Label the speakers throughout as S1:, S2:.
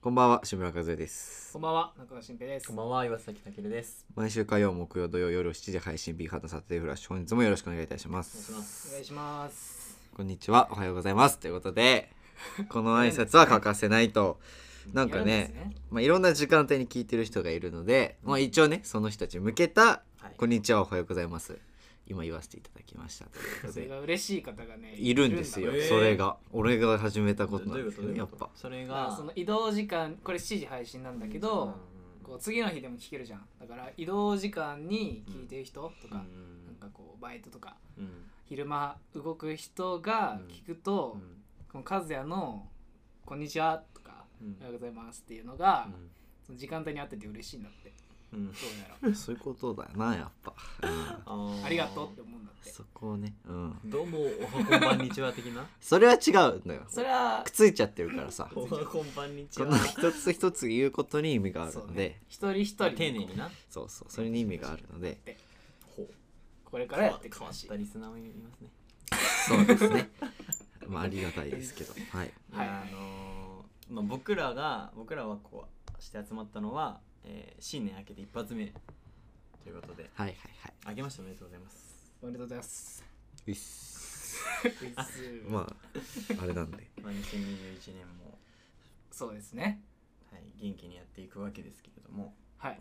S1: こんばんは、志村和也です
S2: こ。んばんは、中川慎平です。
S3: こんばんは、岩崎健です。
S1: 毎週火曜、木曜、土曜夜7時配信、ビーハートサテーフラッシュ。本日もよろしくお願いいたしま
S3: お願いし
S1: す。
S3: ます。
S2: お願いします。
S1: こんにちは、おはようございます。ということで、この挨拶は欠かせないと。なんか
S2: やるです
S1: ね、まあ、いろんな時間帯に聞いてる人がいるので、まあ、一応ね、その人たちに向けた、
S3: はい
S1: こんにちは、おはようございます。今言わせていただきました。ということ
S2: それ
S1: で、
S2: が嬉しい方がね、
S1: いるんですよ、
S3: えー
S1: それが。俺が始めた
S3: ど
S1: こ
S3: う
S1: となん
S3: いう
S1: で
S3: こ
S1: す
S3: と
S1: けど、ね、
S3: どういう
S1: やっ
S3: こと
S1: ぱ。
S3: それ
S2: だから
S3: が
S2: その移動時間、これ7時配信なんだけど、こう次の日でも聞けるじゃん。だから移動時間に聞いてる人と
S3: うん
S2: か、なんかこうバイトとか
S3: うん
S2: 昼間動く人が聞くと、この和也のこんにちはとか。
S3: うん
S2: おはようございますっていうのが、
S3: うん
S2: その時間帯に合ってて嬉しいんだって
S3: うん
S2: どうや ら
S1: そういうことだな、やっぱ。うん
S3: あー
S2: ありがとうって思うんだって
S1: そこをね、うん。
S3: どうもおはこんばんにちは的 な
S1: それは違うんだよ。
S2: それは
S1: くっついちゃってるからさ
S3: お
S1: こ
S3: はこんばんにちは
S1: の一つ一つ言うことに意味がある
S2: そう
S1: ので
S2: ね一人一人
S3: 丁寧にな
S1: そうそうそれに意味があるので
S3: ほう
S2: これから
S3: 変
S2: や
S3: わ
S2: っていくらしい
S3: ったリスナーもいますね
S1: そうですねまあありがたいですけどはい
S2: はい
S3: やあのーまあ僕らが僕らはこうして集まったのはえー新年明けて一発目ということで
S1: はいはい
S3: 明けましておめでとうございます
S2: おめでとうございます。
S1: はいうっす
S2: あ
S1: まああれなんで
S3: まあ2021年も
S2: そうですね。
S3: はい元気にやっていくわけですけれども
S2: はい。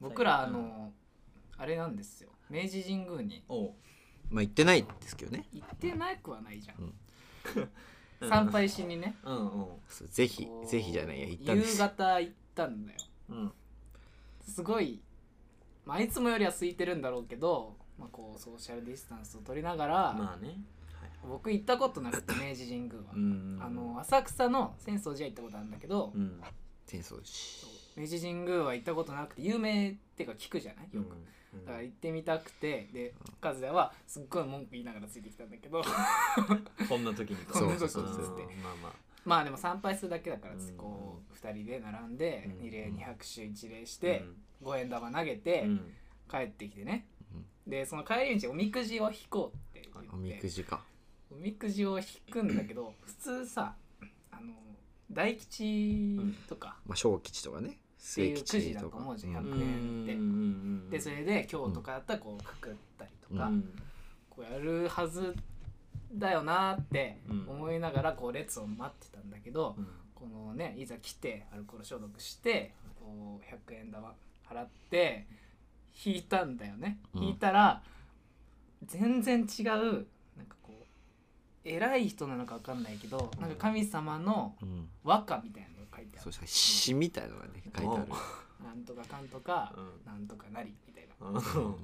S2: 僕ら、あ
S3: うん
S2: の、あれなんですよ。明治神宮に
S3: おう
S1: まあ言ってないですけどね
S2: 行ってなくはないじゃん。
S3: うん
S2: 参拝しにね。
S3: うんうん
S1: そうぜひ
S2: こう
S1: ぜひじゃないや行ったんです
S2: 夕方行ったんだよ。
S3: うん
S2: すごい、まあ、いつもよりは空いてるんだろうけど、まあ、こう、ソーシャルディスタンスを取りながら、
S3: まあねはい
S2: 僕行ったことなくて、明治神宮は。
S3: うん
S2: あの、浅草の浅草寺は行ったことあるんだけど、
S3: うん
S1: 天宗
S2: 明治神宮は行ったことなくて、有名っていうか聞くじゃないよく。
S3: うん
S2: だから行ってみたくてで和也はすっごい文句言いながらついてきたんだけど
S3: こんな時に
S1: そうこんな
S2: 時
S3: そう
S2: に
S3: そう
S2: つって
S3: まあまあ
S2: まあでも参拝するだけだから
S3: うん
S2: こう2人で並んで
S3: うん
S2: 二礼二拍手一礼して五円玉投げ
S3: う
S2: て
S3: ん
S2: 帰ってきてねでその帰り道おみくじを引こうって
S1: おみ
S2: 言っ
S1: く
S2: て
S1: じか
S2: おみくじを引くんだけど普通さあの大吉とか
S1: まあ小吉とかね
S2: って
S1: 末
S2: いうくじ
S1: 吉
S2: だと
S1: とか
S2: 思うじゃん
S3: うん
S2: 100円って
S3: うんうん
S2: でそれで今日とかだったらこうくくったりと
S3: う
S2: か
S3: ん
S2: こうやるはずだよなーって思いながらこう列を待ってたんだけど、
S3: うん
S2: このねいざ来てアルコール消毒してこう100円玉払って引いたんだよね、
S1: うん
S2: 引いたら全然違うなんかこう偉い人なのか分かんないけどなんか神様の
S1: うん
S2: 和歌みたいなのが書いてあ
S1: そ
S2: る
S1: うした詩みたいのがね書いてある
S2: なんとかかんとか、
S3: うん
S2: なんとかなりみたいな
S3: う
S1: うんん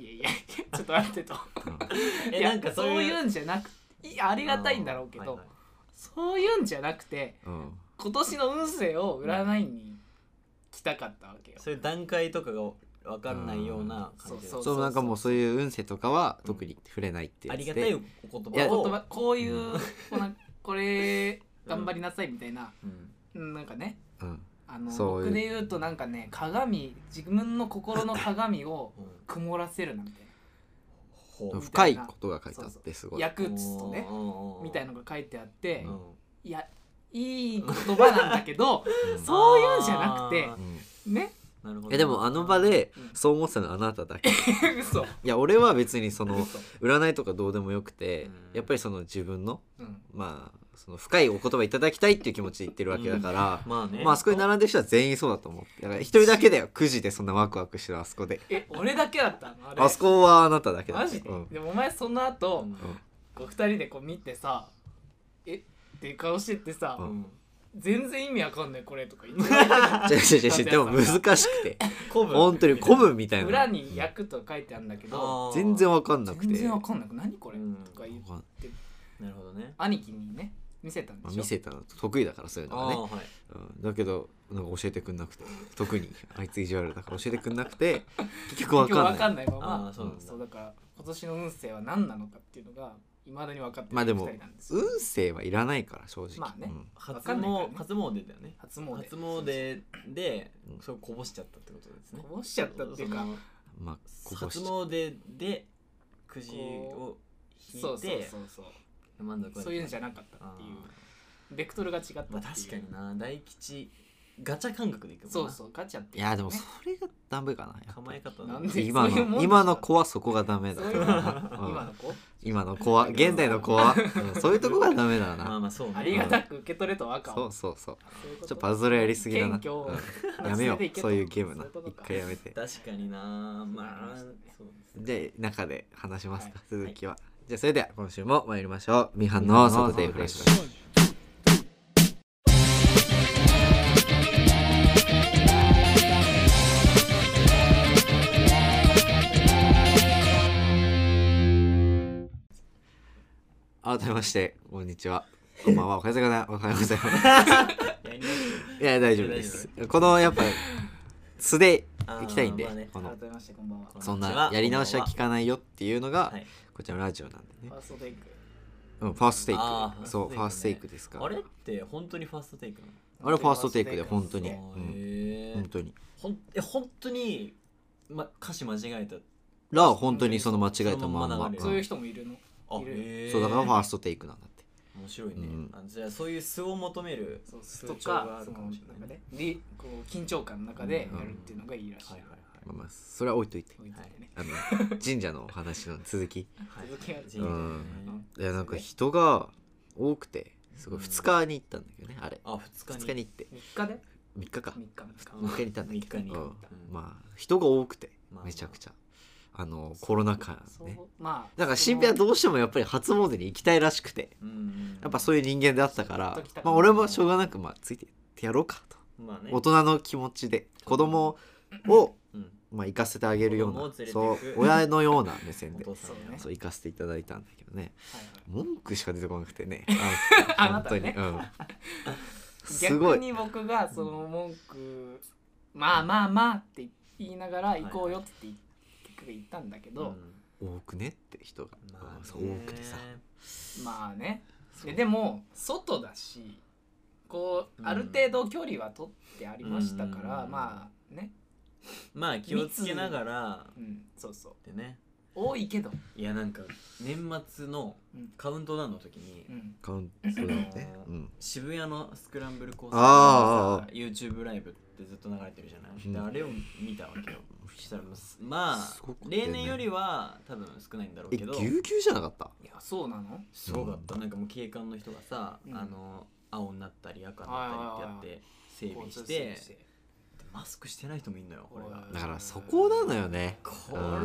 S2: いやいやちょっと待ってと。
S3: え
S2: いや
S3: なんか
S2: そうい
S3: あ
S2: うんじゃなくていやありがたいんだろうけど、
S3: はいはい
S2: そういうんじゃなくて
S1: うん
S2: 今年の運勢を占いに来たかったわけよ。
S3: そういう段階とかがわかんないような感じ
S2: そう
S1: そうなんかもうそういう運勢とかは特に触れないって
S3: であ
S1: や
S3: り
S1: つ
S3: がたい
S1: で
S3: お言
S2: いや
S3: 葉
S2: 言
S3: を
S2: 葉こういう、
S1: うん
S2: こうなこれ頑張りなさいみたいな、
S3: うん
S2: なんかね
S1: うん
S2: あの
S1: そういう
S2: 僕で言うとなんかね鏡自分の心の鏡を
S3: うん
S2: 曇らせるなみたい
S3: ほう
S1: 深いことが書いてあっ
S2: そう
S1: てすご。
S2: ない役打つとねみたい
S3: な
S2: のが書いてあって、
S1: うん
S2: いやいい言葉なんだけど
S1: うん
S2: そういうんじゃなくて
S1: うん
S2: ね
S3: なるほど
S1: いやでもあの場で
S2: うん
S1: そう思ってたのはあなただけ。い
S2: 嘘
S1: や俺は別にその
S2: 嘘
S1: 占いとかどうでもよくて
S3: うん
S1: やっぱりその自分の
S2: うん
S1: まあその深いお言葉いただきたいっていう気持ちで言ってるわけだから。
S3: まあね
S1: まああそこに並んでる人は全員そうだと思ってだから一人だけだよ9時でそんなワクワクしてるあそこで
S2: え俺だけだったのあれ
S1: あそこはあなただけだ
S2: マジで、
S1: うん
S2: でもお前その後、
S3: うん
S2: こう二人でこう見てさえっていう顔してってさ、
S1: うん
S2: 全然意味わかんないこれとか言って
S1: 違う違う違う違うでも難しくて
S3: 古文
S1: 本当に古文みたいな
S2: 裏に役と書いてあるんだけど
S3: あー
S1: 全然わかんなくて
S2: 全然わかんなく何これ、
S3: うん
S2: とか言って
S1: わかん
S3: なるほどね
S2: 兄貴にね見せたんで
S1: まあ
S2: しょ
S1: 見せたの得意だからそういうのはね
S3: ーはい
S1: うん、だけどなんか教えてくんなくて特にあいつ意地悪だから教えてくんなくて結局わ
S2: 結局
S1: か
S2: わ
S1: んな
S2: か
S1: い
S2: んないま
S3: あ
S2: ま
S3: ーそうなんだ
S2: そうだから今年の運勢は何なのかっていうのがいまだに分かって
S1: ま
S2: な
S1: あ
S2: い二
S1: でも
S2: 人なんですよ、
S1: 運勢はいらないから正直、
S2: まあね
S1: うん
S3: 初
S2: わかんないから
S3: 詣
S2: ね
S3: 初詣だよね
S2: 初詣
S3: 初詣で
S1: うん
S3: それこぼしちゃったってことですね
S2: こぼしちゃったっていうか
S3: その
S1: まあこぼし
S3: 初詣でくじを引
S2: そうそ
S3: い
S2: う
S3: て
S2: そうそう
S3: 満足
S2: そういうんじ
S3: ゃ
S2: ゃなかったっていうベクトルが違ったっていう
S3: まあ、確かにな大吉ガチャ感覚でいくもんな
S2: そうそうガチャって
S1: い
S2: いうね
S1: やでもそれがダメかなやっぱ
S3: 構え方
S2: な
S3: なん
S2: で
S1: 今
S2: そういうもん
S1: の
S2: でしょ
S1: 今の子はそこがダメだ
S2: そ ういうもん今
S1: な、うん
S2: の子
S1: 今の子は現代の子は、うんそういうとこがダメだ
S3: まあ
S1: な
S3: まあそうね
S2: ありがたく受け取れと赤
S1: そ
S2: を
S1: うそうそう
S2: そういうこ
S1: ちょっとパズルやりすぎだな、
S2: 謙虚を
S1: うんやめよ
S2: 忘れていうけと
S1: そういうゲームな
S2: そういうこと
S1: 一
S2: か
S1: 回やめて
S3: 確かになまあそうですね
S1: で中で話しますか、
S2: は
S1: 続きは、じゃあそれでは今週も参りましょうミハンの外でフレッシュ改めましてこんにちはこんばんはおはようございますおはようございます
S3: やります
S1: いや大丈夫ですこのやっぱ素で
S3: あー
S1: いきたいんで、
S3: まあね
S1: この
S2: 改めましてこんばんは
S3: こん
S1: そん
S3: こにち
S1: な
S3: は
S1: やり直しは聞かないよっていうのが、
S3: はい
S1: こちらのラジオなんで
S2: フ
S1: ね
S2: ァー、ストテイク
S1: うん、ファーストテイク
S3: あー
S1: そうファーストテイク
S3: ね
S1: ですから
S3: あれって本当にファーストテイクなの
S1: あれファーストテイクで本当に、
S3: あ
S1: うん、
S3: ーへえ
S1: 本当に
S3: ほんえ本当にま歌詞間違えた
S1: らは本当にその間違えたまん
S3: そのま
S1: ま
S3: んま流れる
S2: そういう
S1: うん
S2: 人もいるの
S3: あ
S2: いる
S3: へえ
S1: そうだからファーストテイクなんだって
S3: 面白いね、
S1: うん
S3: あじゃあそういう素を求める
S2: そう
S3: 風
S2: と
S3: 潮が
S2: か
S3: あ
S2: そ
S3: るか
S2: の
S3: もしれ
S2: な
S3: ない
S2: んか
S3: ね
S2: ねりこう緊張感の中でやるっていうのがいいらしい
S3: はいはい
S1: まあまあそれは置いといて
S2: そういうことでね
S1: あの神社のお話の続きい
S3: はい
S2: 続きがある
S3: 人生ね
S2: うん
S1: やなんか人が多くてすごい
S3: うん
S1: 2日に行ったんだけどねあれ
S3: あ二日に
S1: 2日に行って
S2: 3日で
S1: 3日か
S2: 3日
S1: 3
S2: 3日
S1: 日に行ったんだけど
S3: 三日に
S1: う
S3: 行
S1: ん
S3: った
S1: まあ人が多くて
S3: まあ
S1: めちゃくちゃあのコロナ禍
S2: そう
S1: ね
S2: まあ
S1: だから新平はどうしてもやっぱり初詣に行きたいらしくて
S3: うん
S1: やっぱそういう人間であったから
S2: ずっと来たか
S1: ま
S2: ら
S1: あ俺もしょうがなくまあついてってやろうかと
S3: まあね
S1: 大人の気持ちで子供を
S3: うん
S1: まあ行かせてあげるよう
S3: 子供を
S1: な
S3: 連れて
S1: そ
S3: 行
S1: う
S3: く
S1: 親のような目線
S3: お
S1: で
S3: 父さん
S2: そうね
S1: そう行かせていただいたんだけどね
S2: はいはい
S1: 文句しか出てこなく てね
S2: あ
S1: 本
S2: な
S1: 当
S2: た
S1: に、
S2: ね
S1: うん、すご
S2: 逆
S1: い
S2: に僕がその文句まあまあまあって言いながら行こうよって言って結局行ったんだけど、
S3: うん
S1: 多くねって人が、
S3: まあ
S1: うん
S3: ね
S1: そう多くてさ
S2: まあね
S3: そう
S2: ででも外だしこう
S3: うん
S2: ある程度距離は取ってありましたから、
S3: うん
S2: まあね、
S3: まあ気をつけながら
S2: うん、そうそう
S3: でね
S2: 多いけど、
S3: いやなんか年末の
S2: うん
S3: カウントダウンの時に、
S2: うん、
S1: カウントだよね、
S3: う
S1: うん、
S3: 渋谷のスクランブル交差
S1: あー
S3: 点のさ YouTube ライブってずっと流れてるじゃない、
S1: うん
S3: であれを見たわけよそしたらもうすまあ、
S1: すごくてね
S3: 例年よりは多分少ないんだろう
S1: え
S3: け
S1: ぎ
S3: ど
S1: ゅうぎゅうじゃなかった
S2: いやそうなの
S3: すごかったなんかもう警官の人がさ、
S2: うん
S3: あの青になったり赤になったりってやって整備してでマスクしてない人もいんのよこれが
S2: うん
S1: だからそこなのよね
S3: こ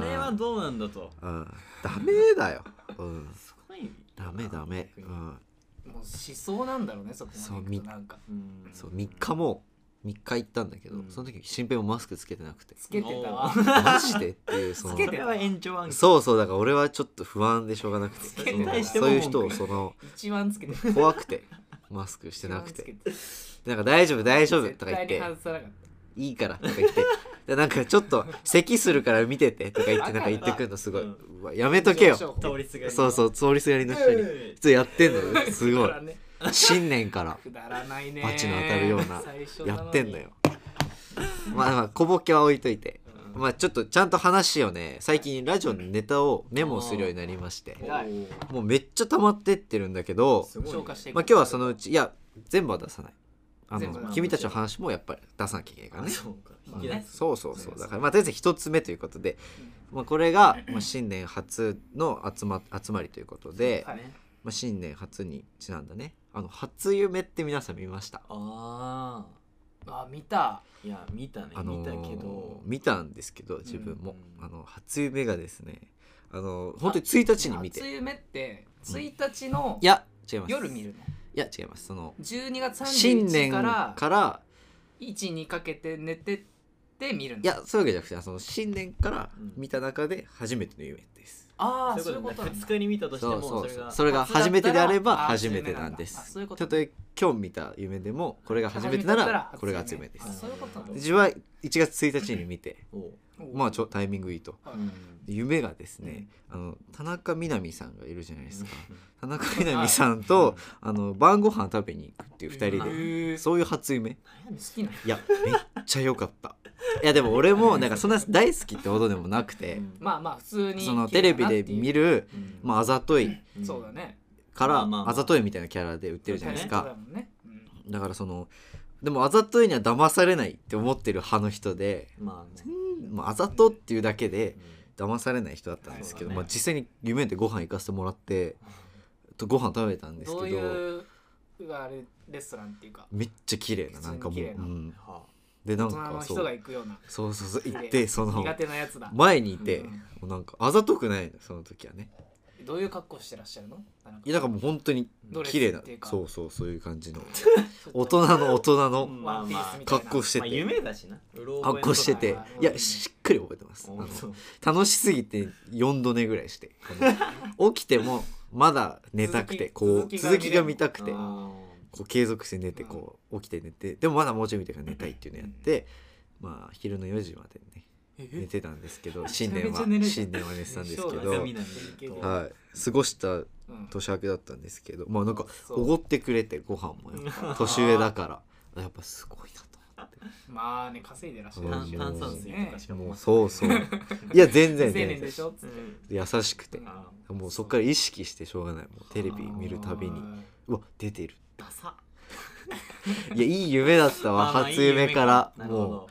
S3: れはどうなんだと
S1: うんダメだよ、うん、
S3: すごいよな
S1: ダメダメ、
S3: 逆
S1: う
S3: に
S1: ん、
S2: もう思想なんだろうねそこまで行くとなんか
S3: うん
S1: そう3日も3日行ったんだけど、
S3: うん
S1: その時新平もマスクつけてなくて
S2: つけてたわ
S3: お
S1: マジでっていうその
S2: つけ
S3: そ
S2: て
S3: れは延長案件
S1: そうそうだから俺はちょっと不安でしょうがなく
S2: つ
S1: て
S2: けて
S1: うん
S2: ない
S1: そういう人をその
S2: 一番つけてた
S1: 怖くてマスクしてなく
S2: 一
S1: て
S2: 番つけ
S1: なんか大丈夫大丈夫とか言っ
S2: 絶対
S1: て
S2: に外さなかっ
S1: いいからとか言ってでなんかちょっと咳するから見ててとか言ってなんか言ってくるのすごい、
S3: うん
S1: うわやめとけよ
S2: 上昇
S3: 通りすがりの
S1: そうそう通りすがりの人に
S3: えい
S1: 普通やってんのよす
S2: た
S1: ご
S2: か
S1: い
S2: らね
S1: 新年から
S2: くだらないね
S1: バチの当たるような
S2: 最初な
S1: や
S2: のに
S1: ってんのよまあまあ小ボケは置いといて
S3: うん
S1: まあちょっとちゃんと話をね最近ラジオのネタをメモするようになりまして
S3: お
S2: 偉い
S3: ー
S1: もうめっちゃ溜まってってるんだけど
S3: すごいね
S2: 消化していく
S1: まあ今日はそのうちいや全部は出さないあ
S2: 全部は
S1: の君たちの話もやっぱり出さなきゃいけないから
S3: あ
S1: ね
S3: そうか
S2: まあ
S3: 引き出
S2: ね
S3: す
S1: そうそうそう
S3: そう
S1: だからまあとりあえず一つ目ということで、まあ、これがまあ新年初の集ま集まりということで、
S2: はい
S3: ね
S1: まあ、新年初にちなんだねあの初夢って皆さん見ました
S3: ああ
S2: あ見た
S3: いや見たね、
S1: あの
S3: 見た
S1: ー
S3: けど
S1: 見たんですけど自分も、
S3: うん
S1: あの初夢がですねあの本当に1日に見
S2: 初
S1: て
S2: 夢って1日の
S1: いや違います
S2: 夜見るの
S1: いや違いますその
S2: 12月
S1: 新
S2: 31
S1: 年
S2: 日から
S1: から
S2: 1にかけて寝てって見るの
S1: いやそういうわけじゃなくてその新年から
S3: うん
S1: 見た中で初めての夢です、
S2: ああ
S3: そ
S2: そううい
S3: い
S2: うう
S3: こ
S2: ことと
S3: な
S2: なんん
S3: だ
S2: だ
S3: 二日に見たとして
S1: そ
S3: も
S1: うそう
S3: それ
S1: そう
S3: が
S1: それが初めてであれば初
S2: 初だ
S1: め
S2: った
S1: て
S2: ら
S1: なんで
S2: あ
S1: す
S2: そういうこと
S1: たとえ今日見た夢でもこれが初めてならこれが初夢です
S2: あそういうことなん
S1: で
S2: だ
S1: 自分は1月1日に見て
S3: おう
S1: まあちょタイミングいいと
S2: はい
S3: うん
S1: で夢がですね、あの田中みな実さんがいるじゃないですか、田中みな
S2: は
S1: 実
S2: い
S1: さんとあの晩ご飯食べに行くっていう2
S2: へ
S1: 人で、
S2: ー
S1: そういう初夢
S2: 好きなの
S1: いやめっちゃ良かったいやでも俺もなんかそんな大好きってほどでもなくて
S3: うん
S2: まあまあ普通に
S1: そのテレビで見る
S3: うん
S1: まああざとい
S2: そうだね
S1: か
S3: まあ
S1: ら
S3: まあまあ
S1: あざといみたいなキャラで売ってるじゃないです
S2: タレ
S1: か
S2: ントだもんねうん
S1: だからそのでもあざといには騙されないって思ってる派の人で、
S3: まあね
S1: うんまあ、あざとっていうだけで
S3: うん
S1: 騙されない人だったんですけど、
S3: はい
S1: まあ、実際に夢でご飯行かせてもらってとご飯食べたんです
S2: どう
S1: けど
S2: いうあれレストランっていうか
S1: めっちゃ綺麗ななんかもう、
S2: 普通に綺麗な
S1: うん
S3: は
S1: でな
S2: 大
S1: ん
S2: 人の
S1: かそ
S2: 人が
S1: う
S2: 行くような
S1: そうそうそう
S2: 綺麗
S1: 行ってその
S2: 苦手なやつだ
S1: 前にいて、
S2: うん
S1: もうなんかあざとくないのその時はね
S2: どういう格好してらっしゃるの田中
S1: いやだからもう本当に
S2: ドレス
S1: 綺麗な
S2: っていうか
S1: そうそうそういう感 じの
S2: ちょっと
S1: 大人の大人の
S3: うん
S2: ワンピースみたいな
S1: 格好して
S3: まあ、
S1: て
S3: 夢だしな
S1: 格好してて
S2: はい
S1: いやしっかり覚えてますあ
S3: お
S1: の
S3: そう
S1: 楽しすぎて4度寝ぐらいしてこ の起きてもまだ寝たくてこ
S2: 続
S1: う
S2: き
S1: 続
S2: 続
S1: き
S2: き
S1: が
S2: が
S1: 見
S2: 見
S1: たくてこ
S3: あ
S1: う継続して寝てこう起きて寝てでもまだもうちょい見てから寝たいっていうのやってまあ昼の4時までね寝てたんですけど新年
S2: め
S1: は
S2: ちゃめちゃ
S1: 新
S2: 寝れた
S1: 年は寝てたんですけ
S2: そ
S1: ど
S2: うだ
S3: ー中身なんだけど
S2: そう
S1: はい過ごした
S2: うん
S1: 年明けだったんですけどまあなんか
S2: そう
S1: おごってくれてご飯もやっぱ年上だからやっぱすごいなと思って
S2: まあね稼いでらっしゃる
S1: うん
S3: 炭炭酸水とかしか
S1: も
S3: 飲
S1: う
S3: ませ
S1: そうそういや全然
S2: 未
S1: 全
S2: 成年
S1: 然
S2: でしょ
S3: ないうん
S1: 優しくて
S3: あー
S1: もうそっから意識してしょうがないもうテレビ見るたびに
S2: あ
S1: うわ出てる
S3: ダサ
S1: いやいい夢だったわ
S3: まあまあ
S1: 初夢から
S3: いい夢
S1: もう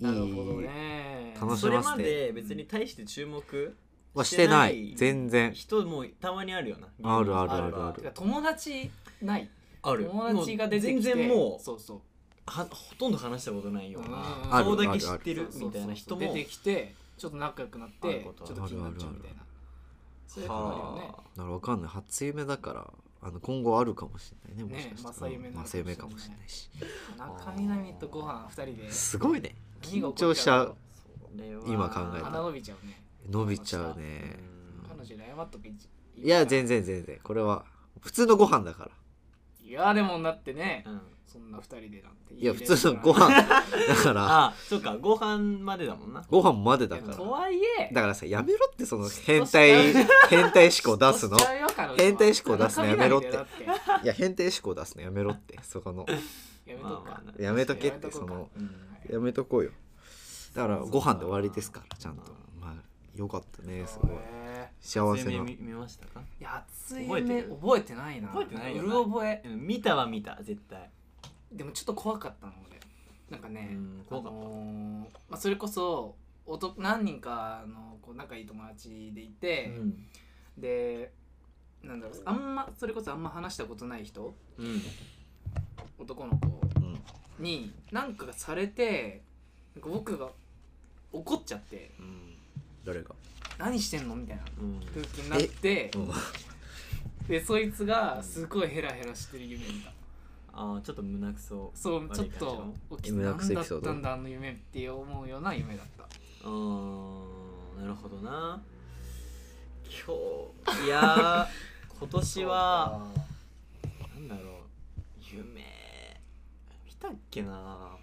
S2: ーないるほど
S1: い
S2: ね
S1: 楽し
S3: それまで別に大して注目
S1: はしてな
S3: して
S1: い
S3: ない
S1: 全然
S3: 人もたまにあるよな
S1: あるある
S2: あ
S1: あ
S2: る
S1: るある
S2: てか友達ない
S3: ある
S2: 友達が出てきて
S3: もう全然もう
S2: そうそう
S3: はほとんど話したことないよう
S2: うん
S3: な
S2: ある
S3: 顔だけ知ってる
S2: そうそう
S3: みたいな人も
S2: 出てきてちょっと仲良くなっ
S3: あ
S2: て
S3: ることあ
S2: ち
S3: る
S2: ょっと気になっちゃうみたい
S1: あるあるあ
S2: な
S1: る
S2: そういうのあるよね
S3: は
S1: なるわかんない初夢だからあの今後あるかもしれないねもしかしたら
S2: ね
S1: うん
S2: 正
S1: 正
S2: 夢
S1: か
S2: なのか
S1: も
S2: も
S1: し
S2: し
S1: れ
S2: れ
S1: な
S2: ない
S1: し
S2: 中南とご飯二人です
S1: ごいね
S2: 何が
S1: 緊
S2: 起こ
S1: 張
S2: る
S1: し
S2: か
S1: ちゃう今
S3: 今
S1: 考えた
S2: 鼻伸びちゃうね
S1: 伸びちゃうね
S2: 彼女に謝っとくい
S1: いや
S2: 然
S1: 全然全然これは普通のご飯だから
S2: いやでもなってね
S3: うん
S2: そんな二人でなんて
S1: いや普通のご飯 だから
S3: あそうかご飯までだもんな
S1: ご飯までだから
S2: とはいえ
S1: だからさやめろってその
S2: 嫉
S1: 変
S2: 妬しちゃ
S1: 態
S2: う
S1: 変態思考出すの
S2: 嫉妬しちゃうよ彼女は
S1: 変態思考出すのやめろって
S2: 中身なんだよだ
S1: いや変態思考出すのやめろってそこの
S2: やめ
S3: まあ
S2: とく
S3: ま
S2: か
S3: あな
S1: やめとけっ
S2: やめと
S1: て
S2: こう
S1: そ
S2: か
S1: の
S3: うん
S1: やめとこうよだからご飯で終わりですからちゃんとまあよかったねすごい
S2: へ
S1: 幸
S3: 初
S1: せ
S3: 夢
S1: な
S3: 見見ましたか
S2: ーいや熱い
S3: 覚えて
S2: 夢
S3: る
S2: 覚えてないな
S3: 覚えてないよ
S2: う
S3: な
S2: る覚え
S3: うん見たは見た絶対
S2: でもちょっと怖かったの俺なんかね
S3: うん怖かった
S2: あのーまあ、それこそおと何人かのこう仲いい友達でいて、
S3: うん
S2: でなんだろうあんまそれこそあんま話したことない人
S3: うん
S2: 男の子
S1: うん
S2: に何かがされてなんか僕が怒っちゃって
S3: うん
S1: 誰が
S2: 「何してんの?」みたいな
S3: うん
S2: 空気になって
S1: うん
S2: でそいつがすごいヘラヘラしてる夢見た
S3: あーちょっと胸くそ
S2: そう
S3: 悪い
S2: ちょっ
S3: 感
S2: と起きて
S1: 夢な
S2: 何
S1: くせエ
S2: だ
S1: ピ
S2: っ
S1: ソード
S2: たんだあの夢って思うような夢だった
S3: うーんなるほどな今日いやー 今年はなんだろう夢見たっけな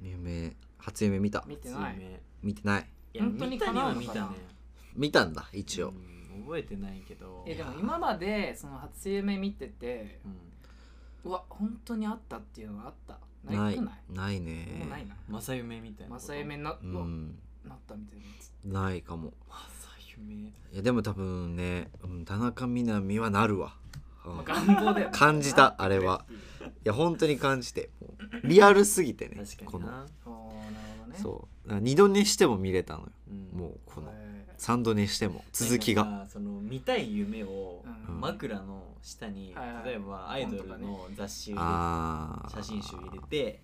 S1: 夢初夢見た
S2: 見てない
S3: 夢
S1: 見てない
S3: いや
S2: 本当に
S3: 見たには見
S2: 叶うの
S3: た
S2: か
S3: ね
S2: な
S1: 見たんだ一応
S3: うん覚えてないけど
S2: えでも今までその初夢見てて
S3: うん
S2: うわ本当にあったっていうのがあったな
S1: ないい
S2: くない
S1: ないね
S2: もうないな
S3: 正夢みたいなこと
S2: 正夢にな,、
S1: う
S2: うわ
S1: ん
S2: なったみたいなやつ
S1: ないかも
S3: 正夢
S1: いやでも多分ねうん田中みな実はなるわうん
S2: まあ
S1: い
S2: 願望だよね
S1: 感じたあれはや本当に感じてもうリアルすぎてね
S3: 確か
S1: こ
S3: に
S1: の
S3: な
S2: おーなるほどね
S1: そうだから二度寝しても見れたのよ
S3: うん
S1: もうこの
S2: へー
S1: 三度寝しても続きが
S3: なんかその見たい夢を
S2: うん
S3: 枕の下に、
S2: はいはい
S3: 例えばアイドルの雑誌を入
S1: あ
S3: れ
S1: ー
S3: て写真集入れて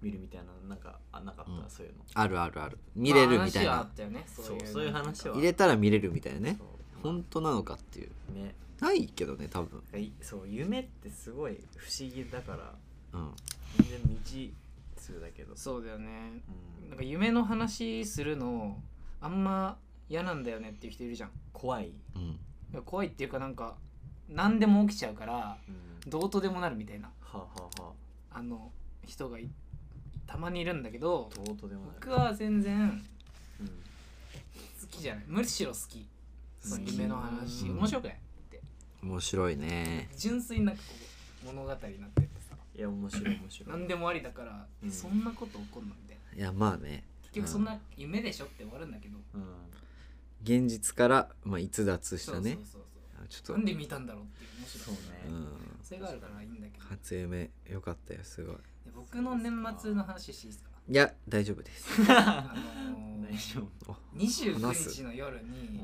S3: 見るみたいなのなんかあなかった、
S1: うん
S3: そういうの
S1: あるあるある見れるみたい
S2: まあ話は
S1: な
S2: あったよねそういう
S3: そうそういう話は
S1: 入れたら見れるみたいなね
S3: そう
S1: 本当なのかっていう
S3: ね
S1: ないけどね多分
S3: いそう夢ってすごい不思議だから
S1: うん
S3: 全然未知数だけど
S2: そうだよね
S3: うん
S2: なんか夢の話するのあんま嫌なんだよねっていう人いるじゃんい
S3: 怖い、
S1: うん
S2: や怖いっていうかなんか何でも起きちゃうから
S3: うん
S2: どうとでもなるみたいな
S3: はあ、はあは
S2: あの人がいたまにいるんだけど
S3: あ、どうとでもなる
S2: 僕は全然
S3: うん
S2: 好きじゃないむしろ好きその
S3: 好き
S2: 夢の話
S1: うん
S2: 面白くない
S1: 面白いね
S2: 純粋になんかこう物語になってってさ
S3: いや面白い面白い
S2: 何でもありだから、
S3: うん
S2: そんなこと起こんのみたいない
S1: やまあね
S2: 結局そんな夢でしょって終わるんだけど、
S3: うん
S1: 現実からまあ逸脱したね
S2: そうそうそう
S1: ちょっと
S2: なんで見たんだろうっていう面白
S3: そう
S2: い
S1: うん
S3: ね、
S2: それがあるからいいんだけど
S1: 初夢良かったよすごい
S2: で僕の年末の話していいですか
S1: いや大丈夫です
S2: あの
S3: 大丈夫、
S1: お
S2: ー、
S1: 話
S2: 29
S1: す
S2: 日の夜に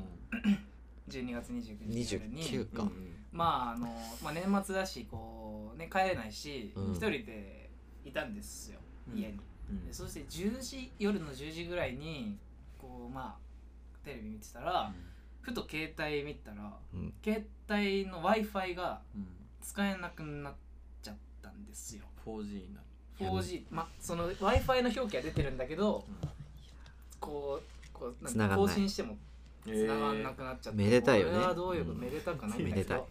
S2: 12月29日の夜に
S1: 29か、
S2: まああのまあ、年末だしこうね帰れないし一、
S1: うん
S2: 人でいたんですよ
S3: うん
S2: 家に、
S3: うん
S2: でそして10時夜の10時ぐらいにこうまあテレビ見てたら、ふと携帯見たら
S1: うん
S2: 携帯の w i f i が
S3: うん
S2: 使えなくなっちゃったんですよ
S3: 4G になる、
S2: 4G まあその w i f i の表記は出てるんだけどこうこう
S1: 繋
S2: ん
S1: が
S2: か
S1: んない
S2: 更新しても繋がんなくなっちゃって、
S1: めでたいよね
S2: これはどういうこと、
S1: うん
S2: めでたくないんだ
S1: め
S2: け
S1: でたい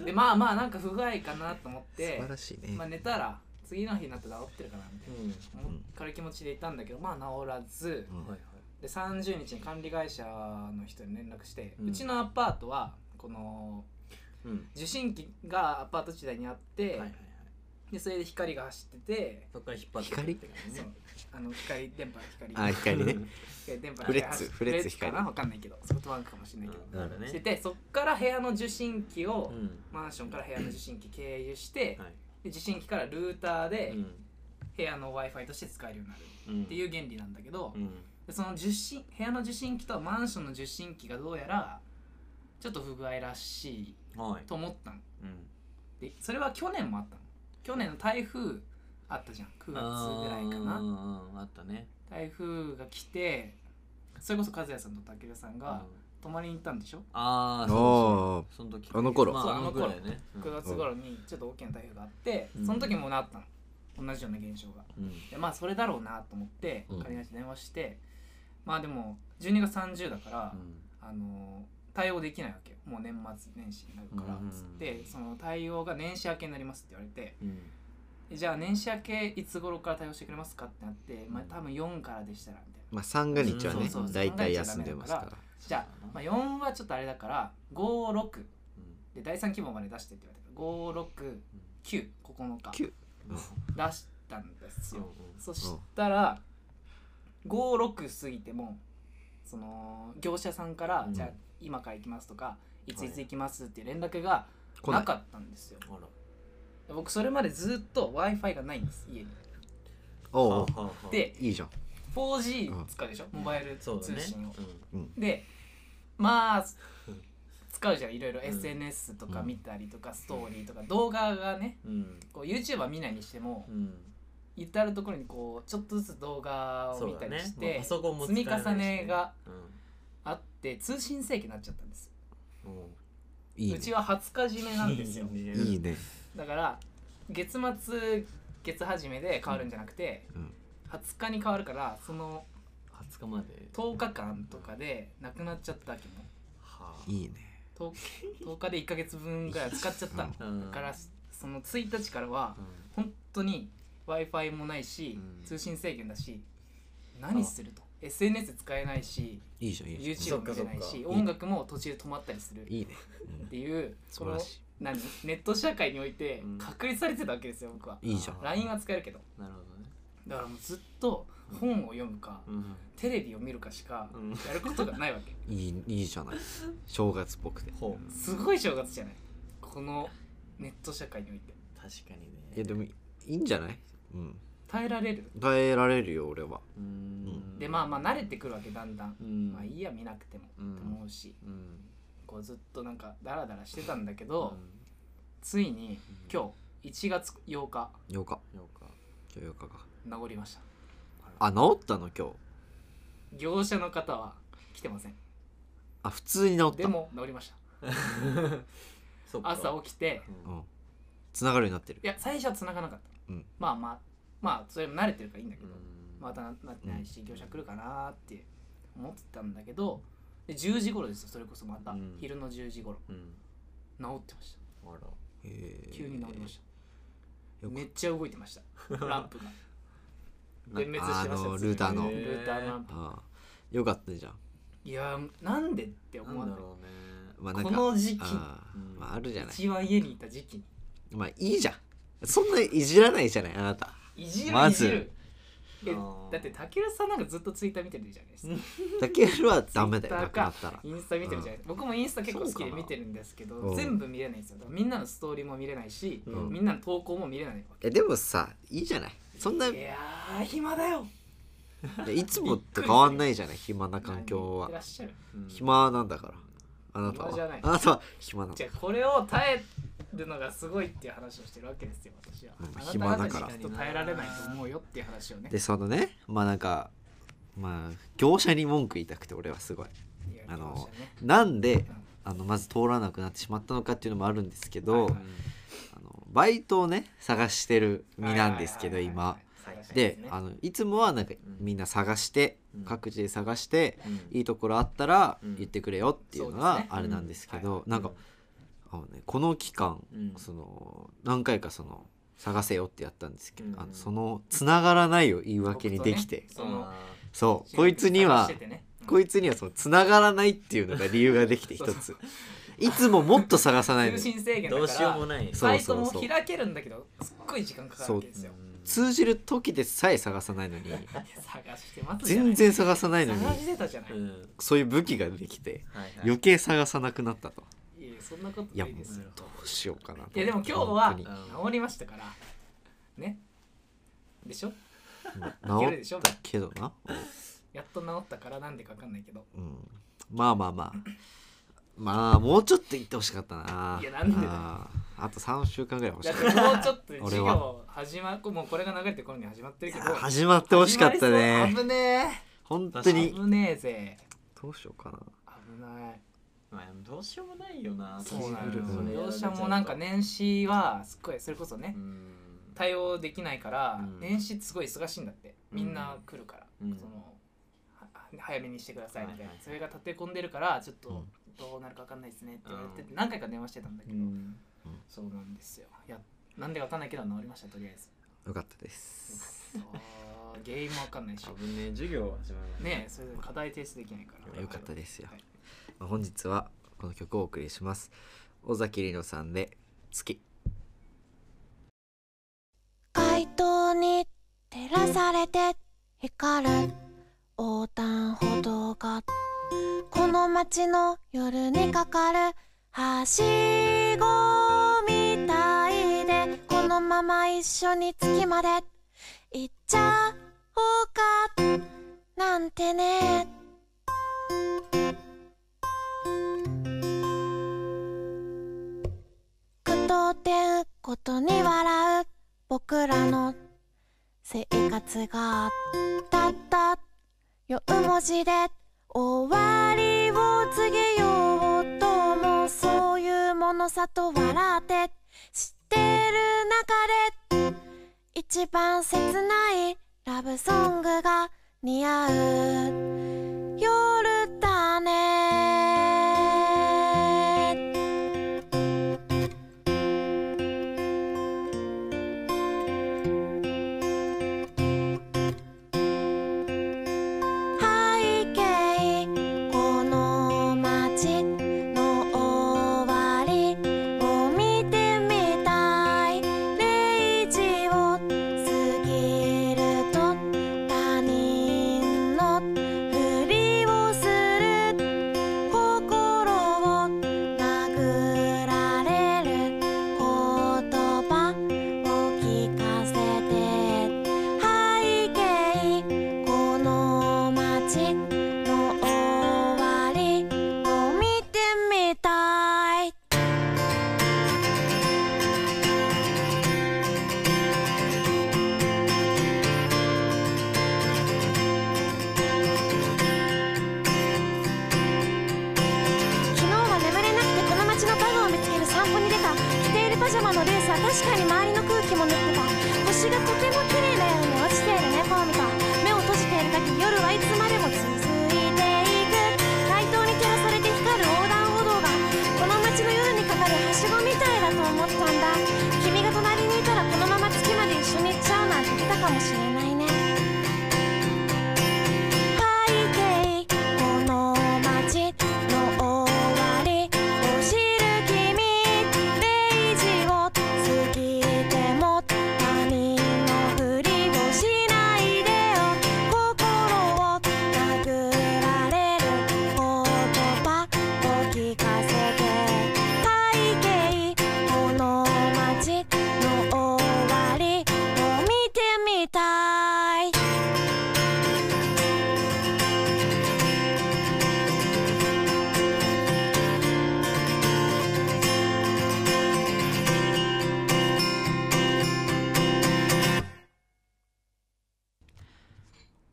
S2: どでまあまあなんか不具合かなと思っ
S1: 素
S2: て
S1: 晴、らしいね、
S2: まあ、寝たら次の日になって治ってるかなみたい
S3: うん
S2: な思う軽い気持ちでいたんだけどまあ治らず
S1: うん
S3: はいはい
S2: で30日に管理会社の人に連絡して、
S3: う
S2: うんちのアパートはこの
S3: うん
S2: 受信機がアパート時代にあって、
S3: はいはいはい
S2: でそれで光が走ってて
S3: そこから引っ張って
S1: 光
S3: くるって感じ
S2: そう
S3: ね
S2: あの光電波光
S1: あ光ね
S2: 光電波
S1: フレッツ
S2: 光
S1: フレッツ
S2: か
S1: 光
S2: なわかんないけどソフトバンクかもしれないけど、
S3: うんなるほど
S2: して
S3: ね
S2: てそっから部屋の受信機を、
S3: うん
S2: マンションから部屋の受信機経由して、
S3: はい
S2: で受信機からルーターで
S3: うん
S2: 部屋の w i f i として使えるようになる
S3: うん
S2: っていう原理なんだけど、
S3: うん
S2: でその受信部屋の受信機とマンションの受信機がどうやらちょっと不具合らしい
S3: はい
S2: と思ったの
S3: うん
S2: でそれは去年もあったの去年の台風あったじゃん9月ぐらいか
S3: うん
S2: な
S3: うんうんあったね
S2: 台風が来てそれこそ和也さんと武田さんが
S3: うん
S2: 泊まりに行ったんでしょ、
S3: あ あ
S1: お
S3: その時
S1: あの頃
S3: ま
S2: そう
S3: ああ
S2: あ
S3: の
S2: の
S3: 頃
S2: 頃
S3: だよねうん
S2: 9月頃にちょっと大きな台風があって、
S3: うん
S2: その時もなったの同じような現象が
S3: うん
S2: でまあそれだろうなと思って
S1: うん
S2: 仮に電話して、まあでも12月30だから、あの対応できないわけよもう年末年始になるから
S3: うん
S2: つってその対応が年始明けになりますって言われて
S3: うん
S2: えじゃあ年始明けいつ頃から対応してくれますかってなって、まあ、多分4からでしたらみたいな
S1: まあ三が日は
S3: う
S1: ね
S3: んそうそう
S1: 大体休んでますから
S2: じゃあ,、まあ、4はちょっとあれだから56
S3: うん
S2: で第3希望まで出してって言われたから569 9日
S1: 九うん
S2: 出したんです
S3: うん
S2: よそしたら56過ぎてもその業者さんから、
S3: うん
S2: じゃあ今から行きますとかいついつ行きますっていう連絡が
S1: 来な
S2: ないかったんですよ
S3: あら
S2: で僕それまでずっと w i f i がないんです家に
S1: おうおう
S3: はあはあはあ
S2: で
S1: いいじゃん
S2: 4G 使うでしょ、
S3: うん
S2: モバイル
S3: そうだ
S2: 通
S3: ね
S2: 信を、
S3: うん
S2: でまあ
S3: うん
S2: 使うじゃんいろいろ
S3: ん
S2: SNS とか見たりとか、ストーリーとか動画がね
S3: うん
S2: こう YouTube は見ないにしても
S3: うん
S2: 至る所にこうちょっとずつ動画を見たりして、
S3: そうだねまあパソコンも使
S2: 積
S3: え
S2: み
S3: ないしね
S2: 重ねがあって通信制限になっちゃったんです
S3: うんうん
S1: いいう
S2: ち
S1: ね
S2: は20日締めなんですよ
S3: い
S1: い
S3: い
S1: い
S3: ね
S1: ね
S2: だから月末月始めで変わるんじゃなくて、
S1: うん
S2: 20日に変わるからその
S3: 20日まで
S2: 10日間とかでなくなっちゃったわけも
S3: はい
S1: いね
S2: 10, 10日で1ヶ月分ぐらい使っちゃったの
S1: う
S2: だ
S3: あうん
S2: からその1日からは
S3: うん
S2: 本当に w i f i もないし、
S3: うん
S2: 通信制限だし何すると SNS 使えないし
S1: いいじゃんいいじ
S2: YouTube も見れない
S3: そっかそっ
S2: し
S3: か
S2: 音楽も途中で止まったりする
S1: ゃん
S2: っ
S1: いいね
S2: ていう
S1: 素
S2: こ
S1: 晴
S2: の
S1: らし
S2: 何ネット社会において
S3: うん
S2: 確立されてたわけですよ僕は。
S1: いいいじゃん
S3: あ
S2: LINE は使えるけど
S3: なるほどね
S2: だからもうずっと本を読むか、
S3: うん
S2: テレビを見るかしか
S3: うん
S2: やることがないわけ、
S1: いいいいじゃない正月っぽくて
S3: ほう
S2: すごい正月じゃないこのネット社会において
S3: 確かに
S1: いや
S3: ね
S1: でもいいんじゃないうん
S2: 耐えられる
S1: 耐えられるよ俺は
S3: うん
S2: でまあまあ慣れてくるわけだんだん、
S3: うん
S2: まあいいや見なくても
S3: うん
S2: と思うし
S3: うん
S2: こうずっとなんかダラダラしてたんだけど、
S3: うん
S2: ついに
S3: うん
S2: 今日1月8日
S1: 8日
S3: ようか
S1: 今日8日か
S2: 治りました
S1: あ治ったの今日
S2: 業者の方は来てません
S1: あ普通に治った
S2: でも治りまし
S3: そった
S2: 朝起きて
S1: う
S3: うん
S1: 繋がるようになってる
S2: いや最初は繋がなかった、
S1: うん
S2: まあまあまあそれも慣れてるからいいんだけど、
S3: ん
S2: またななってないし業者来るかなーって思ってたんだけどで10時頃ですよそれこそまた、
S3: うん
S2: 昼の10時頃
S3: うん
S2: 治ってました
S3: あら
S1: へー
S2: 急に治りました、
S1: よく
S2: めっちゃ動いて ましたランプが点滅してました
S1: あの
S2: 普通に
S1: ルーターの
S2: ルーターのランプ
S1: ああよかったじゃん
S2: いやーなんでって思
S3: な
S2: わ
S3: ん
S2: な
S3: だ
S2: い
S3: ろうね
S1: まあなん
S2: こ
S1: か
S2: の時期
S1: ああ
S3: うん
S1: まああるじゃない
S2: 一番家にいた時期に
S1: まあいいじゃんそんないじらないじゃないあなた
S2: いじる
S1: ま
S2: い
S1: ず
S2: じるえ
S3: あー
S2: だってたけるさんなんかずっとツイッター見てるじゃないですか
S1: たけるはダメだよ
S2: ツイ
S1: な
S2: ッ
S1: く
S2: ターか
S1: なったら
S2: インスタ見てるじゃないですか、僕もインスタ結構好き
S1: そう
S2: で
S1: かな
S2: 見てるんですけ
S1: う
S2: ど
S1: ん
S2: 全部見れないんですよだからみんなのストーリーも見れないし、
S1: うん
S2: みんなの投稿も見れないわ
S1: えでもさいいじゃないそんな
S2: けいやー暇だよ
S1: いつもと変わんないじゃない暇な環境
S2: いら
S1: は
S2: っしゃる
S3: うん
S1: 暇なんだからあなた
S2: 暇じゃな
S1: はいあなたは暇なん
S2: じ
S1: だ
S2: ゃあこれを耐えるのがすごいっていう話をしてるわけですよ私は、
S1: うん
S2: あ
S1: 暇
S2: な
S1: だ
S2: た
S1: から
S2: 方たちきっと耐えられないと思うよっていう話をね
S1: でそのねまあなんかまあ業者に文句言いたくて俺はすごい
S2: いや
S1: あの
S2: 言ってましたね
S1: なんで
S2: うん
S1: あのまず通らなくなってしまったのかっていうのもあるんですけ
S2: はい
S1: ど、
S2: はい
S1: あのバイトをね探してる身なんですけど
S2: はいはいはいは
S1: 今
S2: い探して
S1: で
S2: ますね
S1: あのいつもはなんか
S3: ん
S1: みんな探して、
S3: うん
S1: 各自で探して、
S3: うん
S1: いいところあったら
S3: うん
S1: 言ってくれよっていうの
S2: そう
S1: が
S2: ですね
S1: あれなんですけど、
S2: う
S1: なんかあの、ね、この期間、
S3: うん
S1: その何回かその探せよってやったんですけど、
S3: うん
S1: あのその繋がらないを言い訳にできて、
S2: 僕とねその
S3: あ
S1: そうこいつには
S2: 探しててねうん
S1: こいつにはその繋がらないっていうのが理由ができて一
S2: そう
S1: ついつももっと探さないの
S2: 通
S1: に
S2: 信制限だから
S3: ーどうしようもない
S1: そう
S2: サイトも開けるんだけどすっごい時間かかるわけですよ
S3: うん
S1: 通じる時でさえ探さないのに
S2: 探してますじゃな
S1: 全
S2: い
S1: 然探さないのに
S2: 探してたじゃない、
S3: うん
S1: そういう武器ができて
S3: はいはい
S1: 余計探さなくなったと
S2: いやそんなこと
S1: いや
S2: な
S1: も
S2: いうですよ
S1: どうしようかなと思って
S2: いやでも今日
S1: 本
S2: は
S1: 当に
S2: 治りましたからねでしょ
S1: うん
S2: いけるでし
S1: 治
S2: ょ
S1: ったけどな、
S2: やっと治ったからなんでかわかんないけど
S1: うん、まあまあまあまあもうちょっと言ってほしかったない
S2: やなんでだよ
S1: あーあと3週間ぐらい欲し
S2: だ
S1: か
S2: っ
S1: ってた
S2: もうちょっとで
S1: 俺
S2: 授
S1: は
S2: 業始まもうこれが流れてる頃には始まってるけど
S1: いや始まってほしかった
S2: 始
S1: ね
S2: まりそう危ね
S1: 本当
S2: え
S1: に
S2: 危ねえぜ
S1: どうしようかな
S2: 危ない
S3: まあ、どうしようもないよな。
S2: そうな
S1: うん
S2: の
S1: ん
S2: よ業者もなんか。年始はすっごいそれこそね
S3: うん。
S2: 対応できないから、
S3: うん
S2: 年始ってすごい忙しいんだってみんな来るから、
S3: うん
S2: そのは早めにしてくださいみたいな、
S3: はいはい
S2: それが立て込んでるからちょっと
S1: うん
S2: どうなるかわかんないですねって言われてて、
S3: うん
S2: 何回か電話してたんだけ
S3: う
S2: ど、
S3: ん。
S2: そうなんですよいやなんでかわかんないけど治りましたとりあえず
S1: よかったです
S2: あー原因もわかんないし
S3: 危ねえ、授業始まる。
S2: ねえそれで課題提出できないから
S1: よかったですよ
S2: はい
S1: まあ本日はこの曲をお送りします尾崎里乃さんで「月
S4: 街灯に照らされて光る横断歩道がこの街の夜にかかるはしごみたいでこのまま一緒に月まで行っちゃおうかなんてね句読点ことに笑う僕らの生活がたった4文字で終わりを告げようともそういうものさと笑って知ってる中で一番切ないラブソングが似合う夜だね背景この街の終わりを見てみたい0時を過ぎると他人のふりをする心を殴られる言葉を聞かせて背景この街の終わりを見てみたい昨日は眠れなくてこの街のバグを見つける散歩に出た着ているパジャマのルースは確かに周りの空気も塗ってた星がとても綺麗なように落ちている猫を見た目を閉じているだけ夜はいつまでも続いていく街灯に照らされて光る横断歩道がこの街の夜にかかるはしごみたいだと思ったんだ君が隣にいたらこのまま月まで一緒に行っちゃうなんて言ったかもしれないね背景この街の終わりを知る君0時を過ぎても他人のふ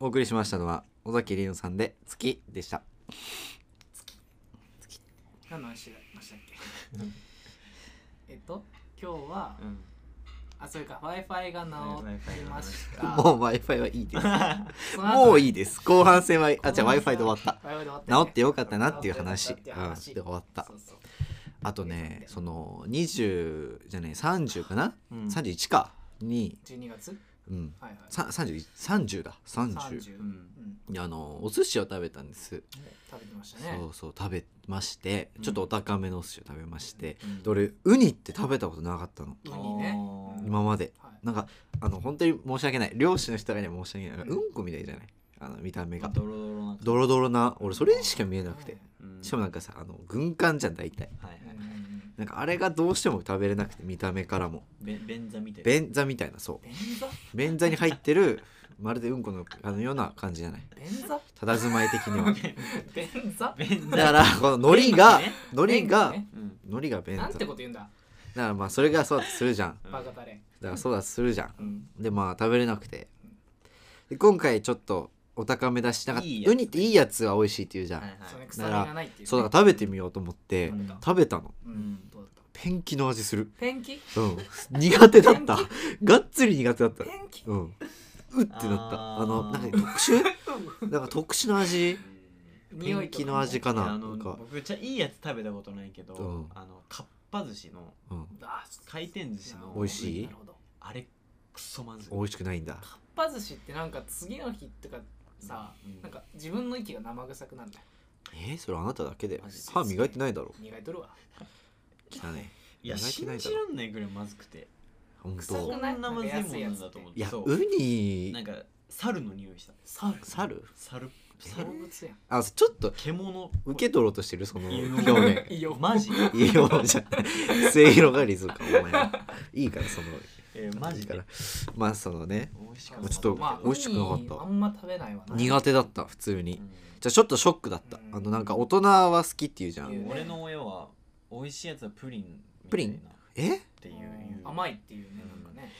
S1: お送りしましたのは尾崎里乃さんで「月」でした
S2: 何の話しましたっけえっと今日は
S3: うん
S2: あそれか Wi-Fi が直りました
S1: もう w i f i はいいです
S2: その後
S1: もういいです後半戦はあじゃあ w i
S2: 後
S1: f
S2: 半
S1: i で
S2: 戦
S1: 終わった
S2: 治
S1: 治ってよかったなっていう話
S2: 治ってよかったっていう話
S1: うんで終わった
S2: そうそう
S1: あとねその20じゃね30かな、
S3: うん
S1: 31かに、
S2: 12月
S1: うん、
S2: はいはい
S1: さ31 30だ30
S2: 30、
S3: う
S2: うんん、
S1: いやあのお寿司を食べたんです、
S2: 食べてましたね
S1: そうそう食べまして
S3: うん
S1: ちょっとお高めのお寿司を食べまして、
S3: うん
S1: で俺ウニって食べたことなかったの
S2: ウニね
S3: あー
S1: 今まで
S2: はい
S1: なんかあの本当に申し訳ない漁師の人らには申し訳ないなんか
S2: う
S1: うんんこみたいじゃないあの見た目が
S3: ドロドロな
S1: ドロドロな俺それにしか見えなくて
S3: うん
S1: しかもなんかさあの軍艦じゃん大体
S3: はいはい
S2: うんうんうん
S1: なんかあれがどうしても食べれなくて見た目からも
S3: べ便座みたいな
S1: 便座みたいなそう
S2: 便座
S1: 便座に入ってるまるでうんこのあのような感じじゃない
S2: 便座
S1: たたずまい的に は
S2: 便座
S3: 便
S1: だ
S3: 座
S1: から この海苔が
S3: 便器ね
S1: 海苔が
S2: 便器ね
S3: うん
S1: 海苔が便座
S2: なんて
S1: だ
S2: こ
S1: か
S2: と言うんだ
S1: らまあそれがそうだとするじゃん
S2: バカタレ
S1: だからそうだとするじゃん
S2: うん
S1: でまあ食べれなくてで今回ちょっとお高めだしなんか
S3: いいやつ
S1: ウニっていいやつは美味しいって言うじゃん、
S3: はいはい
S2: その臭みがないっていうね
S1: そうだから食べてみようと思って、
S2: うん
S1: 食べたの
S2: うんどうだった
S1: ペンキの味する
S2: ペンキ
S1: うん苦手だ ったがっつり苦手だった
S2: ペンキ
S1: うんうってなったあ
S3: あー
S1: のなんか特殊なんか特殊な味ペ
S2: 匂い
S1: ン
S2: とか
S1: キ
S2: ね
S1: の味か
S3: いや
S1: な
S3: あ
S1: な
S3: の
S1: んか、
S3: 僕じゃいいやつ食べたことないけど、
S1: うん
S3: あのかっぱ寿司の
S1: うん、
S2: あ
S3: 回転寿司の
S1: 美味しい
S2: なるほど
S3: あれクソまずい
S1: 美味しくないんだ
S2: かっぱ寿司ってなんか次の日とかさ
S3: うん
S2: なんか自分の息が生臭くなるんだよ
S1: えー、それあなただけで
S3: マジで
S1: 歯磨いてないだろ
S2: 苦いとるわ
S1: 汚ね
S3: いや
S1: 磨いて
S3: 信
S1: ないだ
S3: じ
S1: ろ
S3: らんないぐらいまずくて
S1: 本
S2: 臭
S1: 当
S2: く
S3: そ
S2: なんい
S3: なまずいもんなんだと思って
S1: いや
S3: そう
S1: ウニ
S3: なんか猿の匂いした
S2: 猿
S1: 猿
S3: 猿
S2: 動
S3: 猿
S2: 物やん
S1: あちょっと
S3: 獣
S1: 受け取ろうとしてるその
S3: 犬
S1: 表 現
S2: いいよ
S3: マジ、
S1: いいよじゃ あ末広がりずかお前いいからその
S3: えー、マ
S1: いい
S3: ジ
S1: か
S3: からら
S1: まあそのね
S3: 美味しか
S1: も
S3: っ
S1: う
S3: た
S1: ちょっと
S2: まあ
S1: 美味しくなかった
S2: ウニあんま食べないわな
S1: 苦手だった普通に
S3: う
S1: じゃあちょっとショックだったあのなんか大人は好きっていうじゃ
S2: いい
S1: ん
S2: よ
S3: ん俺の親は美味しいやつはプリンみたいな
S1: プリンえ
S3: っていう
S2: うん
S3: 言う
S2: 甘いっていう
S3: うん
S2: ねなんかね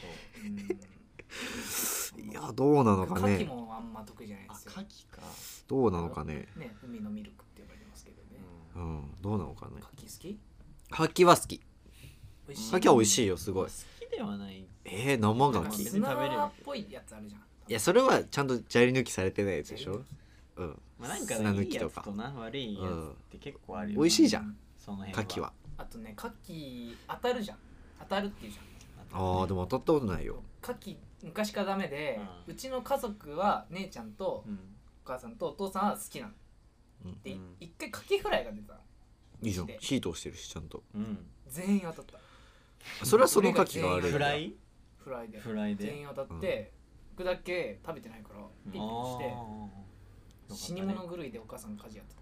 S3: そう
S1: いやどうなの
S2: 牡
S1: か
S2: 蠣
S1: ね
S2: もあんま得意じゃない
S3: あ
S2: ですよ
S3: 牡蠣か、
S1: どうなのかね
S2: ね海のミルクって呼ばれてますけどね
S1: う
S3: うん
S1: んどうなのかね
S2: 牡蠣好き
S1: 牡蠣は好き
S2: 美味しい
S1: 牡蠣は美味しいよすごい
S3: 好きではない
S1: えー、生牡
S2: なんか
S1: 蠣
S2: ツナーっぽいやつあるじゃん
S1: いやそれはちゃんと砂利抜きされてないやつでしょうん
S3: まあ、なんか
S1: 砂
S3: い
S1: 抜
S3: い
S1: き
S3: や
S1: と
S3: つ
S1: か
S3: とな悪いやつって結構あるよな
S1: 美味しいじゃん
S3: その辺
S1: 牡蠣は
S2: あとね牡蠣当たるじゃん当たるっていうじゃん
S1: あーでも当たったことないよ
S2: 牡蠣昔からダメで、う
S3: うん
S2: ちの家族は姉ちゃんと
S3: うん
S2: お母さんとお父さんは好きなの
S1: うん
S2: で、
S3: うん
S2: 一回牡蠣フライが出たの
S1: いいじゃん火通してるしちゃんと
S3: うん
S2: 全員当たった
S1: それはその牡蠣が悪いん
S3: フ
S1: だ
S3: ライ
S2: フライで
S3: フライで
S2: 全員当たって、僕だけ食べてないからピリピリして、死に物狂いでお母さん家事やって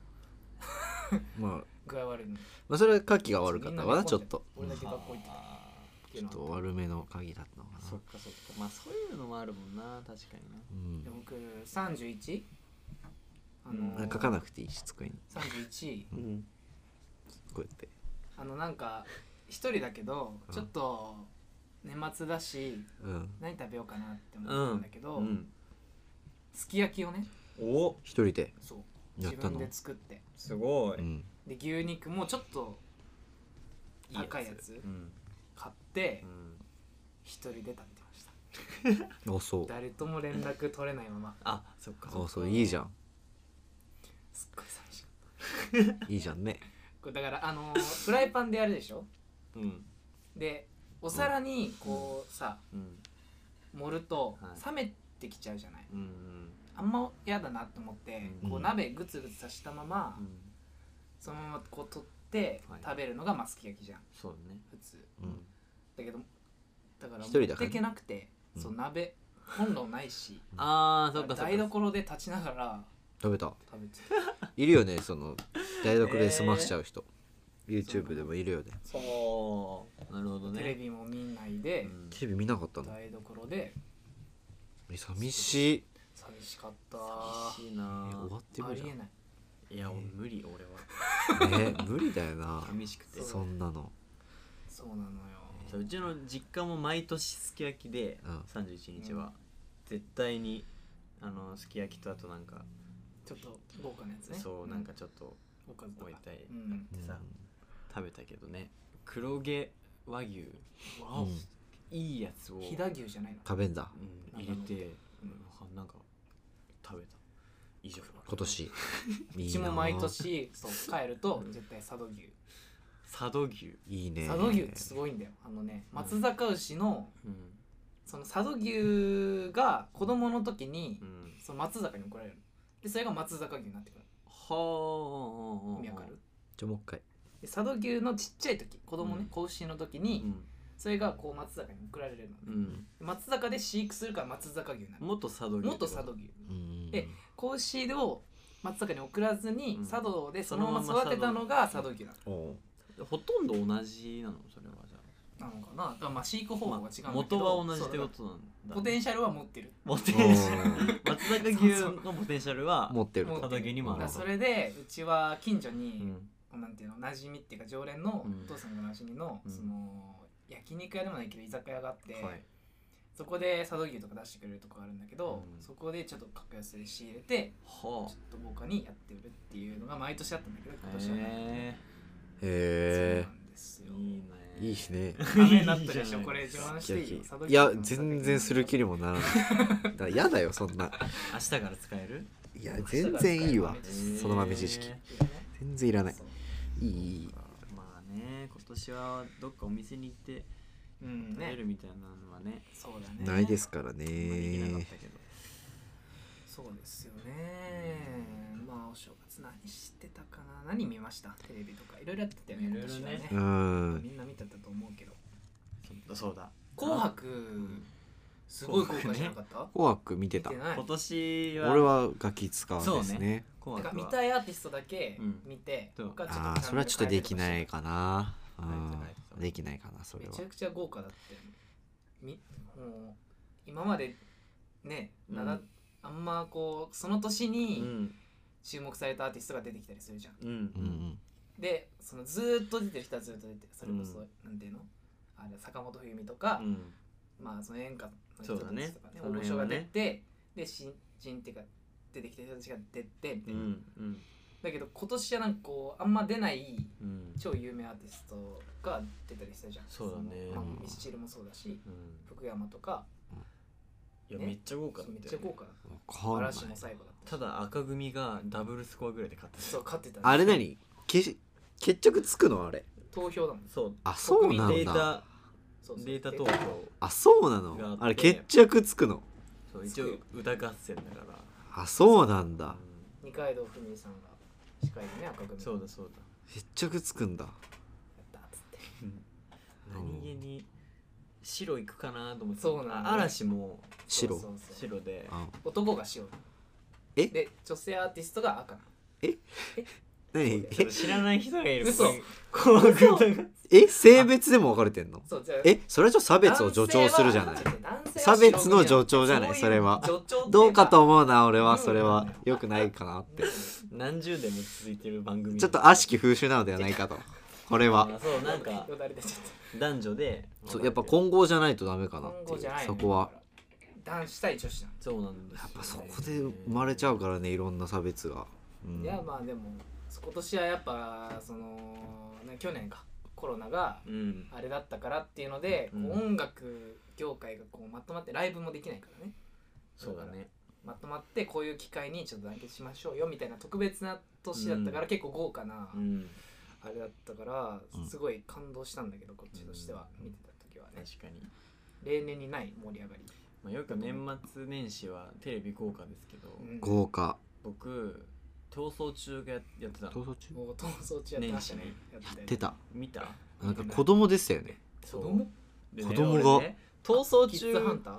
S2: た
S1: まあ
S2: 具合悪いのに
S1: まあそれは牡蠣が悪かったかなちょっと
S2: 俺だけ
S3: あ
S2: 学校行ってたっ
S3: あ
S2: てい
S1: ち
S2: う
S1: ょ
S2: の
S1: っ
S2: は
S1: と悪めの牡蠣だったのか
S3: ーそ
S1: な
S3: っかそっかまあそういうのもあるもんな確かにな
S1: うん
S2: で僕 31? あ
S3: うん
S2: の
S1: あ書かなくていいし机に
S2: 31
S3: うん
S1: こうやって
S2: あのなんか一人だけど
S1: うん
S2: ちょっと年末だし
S1: うん
S2: 何食べようかなって思ったんだけど、
S3: うん
S2: すき焼きをね
S3: お
S1: 一人で
S2: そう
S1: や
S2: 自
S1: った
S2: 分
S1: の
S2: で作って
S3: すごい
S1: うん
S2: で牛肉もちょっと高いやつ
S3: うん
S2: 買って
S3: うん
S2: 一人で食べてました
S1: あそう
S2: 誰とも連絡取れないまま
S3: あそっか
S1: あそういいじ
S3: ゃん
S1: ゃん
S2: すっごい寂しかった
S1: いいじゃんね
S2: これだからあのーフライパンでやるでしょ
S3: うん
S2: でお皿にこうさ
S3: うん
S2: 盛ると
S3: はい
S2: 冷めてきちゃうじゃない
S3: うんうん
S2: あんま嫌だなと思って
S1: うん
S2: こう鍋グツグツさしたまま
S3: うん
S2: そのままこう取って
S3: はい
S2: 食べるのがまあすき焼きじゃん
S3: そうだね
S2: 普通
S1: うん
S2: だけどだから
S1: 一人だか
S2: 持
S1: ら
S2: ってけなくて
S1: うん
S2: そう鍋コンロないし
S3: あ あそっかそっか
S2: 台所で立ちながら
S1: 食べた
S2: 食べてた
S1: いるよねその台所で済ましちゃう人、YouTube でもいるよね
S3: そうなるほどね
S2: テレビも見ないで、
S3: うん
S1: テレビ見なかったの
S2: 台所で
S1: 寂しい
S2: 寂しかった
S3: 寂しいな
S1: え終わって
S2: あ
S1: る
S2: り
S1: じ
S2: えない
S3: いや俺無理俺は
S1: ゃんね無理だよな
S3: 寂しくて
S1: そんなの
S2: そうなのよ
S3: そううちの実家も毎年すき焼きで、
S1: うん
S3: 31日は絶対にあのすき焼きとあとなんか、
S2: ちょっと豪華なやつね
S3: そうなんかちょっと
S2: おかずと
S3: 置い
S2: か
S3: たい、
S2: うん
S3: でさ食べたけどね黒毛和牛
S1: うん
S2: わお
S1: うん
S3: いいやつを、
S2: 飛騨牛じゃないの
S1: 食べんだ
S3: うん、
S2: なん
S3: 入
S2: か
S3: れ
S2: 乗って
S3: て、
S2: う
S3: うんん、なんか食べた以上
S1: 今 年
S2: う
S1: いい
S2: ち
S1: な
S2: も毎年そう帰ると絶対佐渡牛
S3: 佐渡牛、
S1: いいね
S2: 佐渡牛ってすごいんだよあのね松阪牛の
S3: うん
S2: その佐渡牛が子供の時に
S3: うん、
S2: その松坂に怒られるのでそれが松坂牛になってくる
S3: はあ
S2: 意味わかる
S1: じゃあもう一回
S2: で佐渡牛のちっちゃい時子供ね
S3: うん
S2: 子牛の時
S3: う
S2: に
S3: ん、
S2: それがこう松坂に送られるの
S3: うん、
S2: 松坂で飼育するから松坂牛になる
S3: 元佐渡牛
S2: 元佐渡牛
S1: うん
S2: え子牛を松坂に送らずに
S3: うん
S2: 佐渡でそのまま育てたのが佐
S3: そのま
S2: 渡
S3: ま佐渡
S2: 牛な
S1: おう
S3: ほとんど同じなのそれはじゃ
S2: のなのかなだからまあ飼育
S3: あ、
S2: 方法が違うんだけど、
S3: 元は同じって
S2: そ
S3: こ
S2: う
S3: となん
S2: だから
S3: だ
S2: ポテン シャルは持ってる
S3: ポテンシャル松坂牛のポテンシャルは
S1: 持ってる
S2: も
S1: と
S2: う
S3: 佐渡牛にも
S2: だ
S3: あ
S2: から
S3: る
S2: それでうちは近所に、
S3: うん
S2: なんていうの馴染みっていうか常連の、
S3: うん
S2: お父さんの馴染みの、
S3: うん
S2: その焼肉屋でもないけど居酒屋があって、
S3: はい
S2: そこで佐渡牛とか出してくれるとこがあるんだけど、
S3: うん
S2: そこでちょっと格安で仕入れてちょ
S3: は
S2: っと豪華にやってるっていうのが毎年あったんだけど
S3: あ
S2: 今年はなくて、
S3: へ
S1: へ
S2: そうなんです
S3: え
S2: よ
S3: いいね
S1: えいいしね
S2: ダメになったで
S3: いい
S2: し
S3: じ
S2: ょ
S3: ゃない
S2: これ自慢し
S1: い
S2: て
S1: や
S2: いいよ佐渡牛
S1: いや全然する気
S2: り
S1: にもなら ないだから嫌だよそんな
S3: 明日から使える
S1: いや全然いいわ
S2: 明日から使える
S1: その豆知識
S3: へ
S1: 全然いらない
S2: そう
S1: いいいい
S3: えまあね今年はどっかお店に行って
S2: うん
S3: 食べ
S2: ね
S3: るみたいなのはね
S2: そうだね
S1: ないですから
S3: あんまりできなかっ
S1: ね
S3: たけど
S2: そうですよねまあお正月何してたかな何見ましたテレビとかいろいろやってたよね
S3: いろいろね
S2: 今年は
S1: う
S2: み
S1: ん
S2: んな見てたと思うけど
S3: そそうだ
S2: 「紅白」すごい豪華じゃなかった、
S1: 紅白見て
S2: 見
S1: た
S2: てない
S3: 今年は
S1: 俺はガキ使うんです
S3: そ
S1: ね
S3: う
S2: て
S3: 紅
S2: か
S3: 白
S2: 見
S3: は
S2: たいアーティストだけ
S3: うん
S2: 見て、
S3: そう
S2: 他ちょっと
S1: ああそれはちょっとできないいかなうん
S3: はいはい
S1: できないかなそれ
S2: め
S1: は
S2: ちゃくちゃ豪華だってみもう今までねなだ、
S3: うん
S2: あんまこうその年
S3: う
S2: に
S3: ん
S2: 注目されたアーティストが出てきたりするじゃん
S3: うん
S1: う
S3: う
S1: んうんん
S2: でそのずーっと出てる人はずーっと出てそれこそ、
S3: うん
S2: なんていうのあれ坂本冬美とか、
S3: うん
S2: まあその演歌の人たちとかね
S3: そうだね
S2: 大御所が出
S3: その
S2: て、で新人っていうか出てきた人たちが出てみた
S3: う
S2: いな、
S3: んうん
S2: だけど今年はなんかこうあんま出ない
S3: うん
S2: 超有名アーティストが出たりしたじゃん
S3: そうだね
S2: そのま
S1: うん
S2: あ、ミスチルもそうだし
S3: うん
S2: 福山とか
S3: いや
S2: ね
S3: めっちゃ豪華だ
S2: そうめ
S3: っ
S2: ったちゃ
S3: よ
S2: 豪華だった
S1: わかんない
S2: 嵐も最後だった
S3: ただ赤組がダブルスコアぐらいで勝った
S2: そう勝ってた
S1: あれ何決決着つくのあれ
S2: 投票だもん
S3: そう
S1: あそう
S3: デ
S1: なん
S3: ー
S1: だ
S3: タ
S2: そうそう
S3: データ投票
S1: あそうな
S3: があ
S1: の
S3: って
S1: あれ決着つくの
S3: そう一応歌合戦だから
S1: あそうなんだ
S3: う
S2: 二階堂ふみさんが司会でね赤組
S3: んそう
S2: や
S3: だそうだ
S1: 決着つくんだ
S2: ったっつって
S3: 何気に白いくかなと思って
S2: そうなんだね
S3: あ嵐も
S1: 白
S2: そうそうそう
S3: 白で
S1: あ
S2: 男が白
S1: え
S2: で女性アーティストが赤な
S1: 何
S3: ちょっと知らない人がいる
S2: 嘘
S3: こういう歌が
S1: え性別でも分かれてんの
S2: そうじゃあ
S1: えそれはちょっと差別を助長するじゃない
S2: 男性は
S1: 差別の助長じゃないそれは
S2: そういう助長っていの
S1: どうかと思うな俺は
S2: ルール
S1: それ
S2: な
S1: は
S2: のよ
S1: 良くないかなって
S3: 何十年も続いてる番組
S1: ちょっと悪しき風習なのではないかとこれは
S3: あそうなんか
S2: よだれ出ちゃっ
S3: 男女で
S1: そうやっぱ混合じゃないとダメか
S2: た
S1: なっ
S2: 混
S1: ていう
S2: 合じゃない
S1: そこは
S2: 男子対女子なの
S3: そうなんですよ
S1: や
S3: ね
S1: っぱそこで生まれちゃうからねいろんな差別が、うん
S2: いやまあでも今年はやっぱそのね去年かコロナが
S3: うん
S2: あれだったからっていうので、こう
S3: うん
S2: 音楽業界がこうまとまってライブもできないからね
S3: そうだね
S2: まとまってこういう機会にちょっと団結しましょうよみたいな特別な年だったから、
S3: う
S2: 結構豪華な
S3: うん
S2: あれだったから、
S1: うん
S2: すごい感動したんだけどこっちとしては、
S3: うん
S2: 見てた時はね
S3: 確かに
S2: 例年にない盛り上がり、
S3: まあよく年末年始はテレビ豪華ですけど
S2: うん、
S1: 豪華
S3: 僕逃走中がややってたの
S1: 逃走中
S2: もう逃走中やってましたね
S3: 年
S2: やって
S1: 出た
S3: 見た
S1: なんか子供でしたよね
S2: 子
S3: そう
S2: 供
S3: で
S1: 子供が
S3: 俺ね逃走
S2: キ
S3: 中
S2: ッズハンター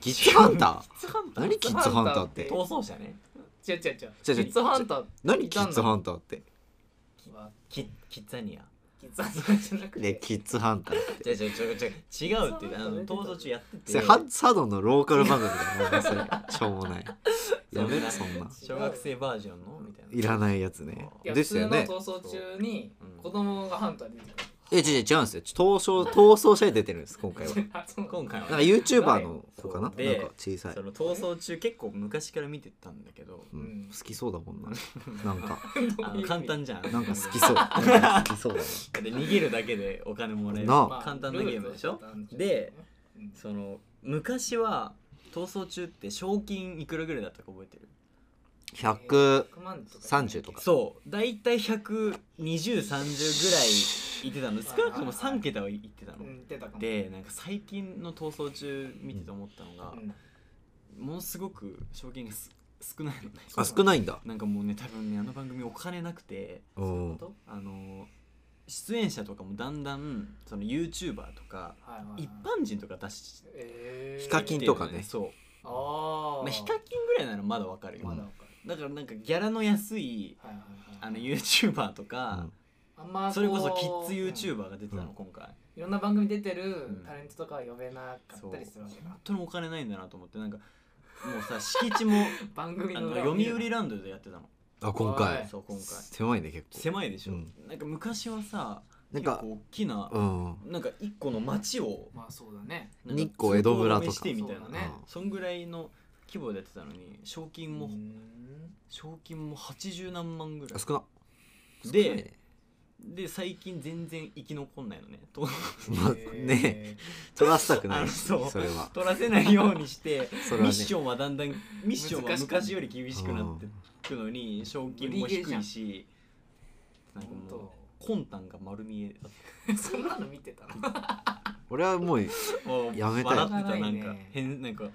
S1: キッズハンター
S3: キッズハンター
S1: 何キッズハンターって
S3: 逃走者ね
S2: 違う違う
S1: 違う
S2: 違う
S1: 違う
S2: キッズハンター
S1: 何キッズハ
S2: ン
S1: ンターって
S2: ターは
S3: キッキッザニア
S2: キッズハンターじゃなく
S1: ね
S2: て
S1: キッズハンター
S3: 違う違う違う違う違うってあの
S2: キッズハンター出てた
S3: 逃走中やってて
S1: それハサドのローカル番組だよそれしょうもないやめろそんな
S3: 小学生バージョンのみたいない
S1: らないやつね
S2: いや
S1: でしたよね
S2: 普通の逃走中に
S3: そううん
S2: 子供がハンター出てくる
S1: え、違う違う違うんですよ。逃走、逃走者で出てるんです、今 回は。なんか
S2: あそう
S3: 今回はね
S1: YouTuber の子かななん
S3: そう
S1: か
S3: で
S1: 小さい。
S3: そうの逃走中結構昔から見てたんだけど
S2: うんん、
S1: 好きそうだもんな。なんか、
S3: あの簡単じゃん
S1: なんか好きそう。なんか好きそうだな。
S3: で逃げるだけでお金もらえる
S1: な
S2: まあ
S3: 簡単なゲームでしょ
S2: ルールとしては単純
S3: で
S2: うん
S3: その昔は逃走中って賞金いくらぐらいだったか覚えてる
S1: 100、
S2: 100万とか
S1: 30とか
S3: そう大体12030ぐらいいってたの少なくとも3桁はいってた
S2: う
S3: の
S2: ん出たかも
S3: でなんか最近の逃走中見てて思ったのが
S2: う、ん
S3: ものすごく賞金がす少ないのね
S1: あ、少ないんだ。
S3: なんかもうね多分ねあの番組お金なくて
S1: うん。
S2: と
S3: あの出演者とかもだんだんその YouTuber とか
S2: はいはいはい
S3: 一般人とか出し
S2: えー
S1: ヒカキンとかね
S3: そう
S2: あー
S3: まあ、ヒカキンぐらいならまだわかるよ、
S2: まだわかる
S3: だからなんかギャラの安い
S2: はいはいはい
S3: あの YouTuber とか、
S2: あんまう
S3: それこそキッズ
S2: うん
S3: YouTuber が出てたの、
S1: うん
S3: 今回
S2: いろんな番組出てる
S3: うん
S2: タレントとかは呼べなか
S3: そう
S2: ったりするわけだ
S3: 本当にお金ないんだなと思ってなんかもうさ敷地も
S2: 番組
S3: あ
S2: の
S3: の
S2: 裏
S3: 読
S2: を 見る
S3: 売ランドでやってたの
S1: あ、今
S2: は
S1: 回
S2: い。
S3: そう今回
S1: 狭いね、結構。
S3: 狭いでしょ、
S1: うん
S3: なんか昔はさ
S1: なん
S3: 結
S1: か
S3: 構大きな、
S1: うん。
S3: なんか一個の町を
S2: まあそうだね
S3: なんか
S1: 日光江戸村とか
S3: 通行止めしてみたいな
S2: そう
S3: ね
S2: だ
S1: ね
S3: そんぐらいの規模でやってたのに賞金も、
S2: うん
S3: 賞金も80何万ぐら
S1: あ
S3: い
S1: 少な。
S3: で、
S1: 少ないね
S3: で最近全然生き残んないのねと
S1: まあね、取 らせたくない
S3: あの
S1: し、
S3: そう
S1: それは。
S3: 取らせないようにして、
S1: それ
S3: ミ
S1: は
S3: ッ
S1: ね。
S3: ションはだんだんミッションは
S2: 難しくなる
S3: 昔より厳しくなってくのに賞金も低いしなんかも
S2: 本
S3: う魂胆が丸見えだっ
S2: 当そんなの見てたの
S1: 俺はもう、
S3: たもう
S1: やめたい
S3: 笑ってたなん
S2: やばい
S3: か
S2: ね
S3: 変なんか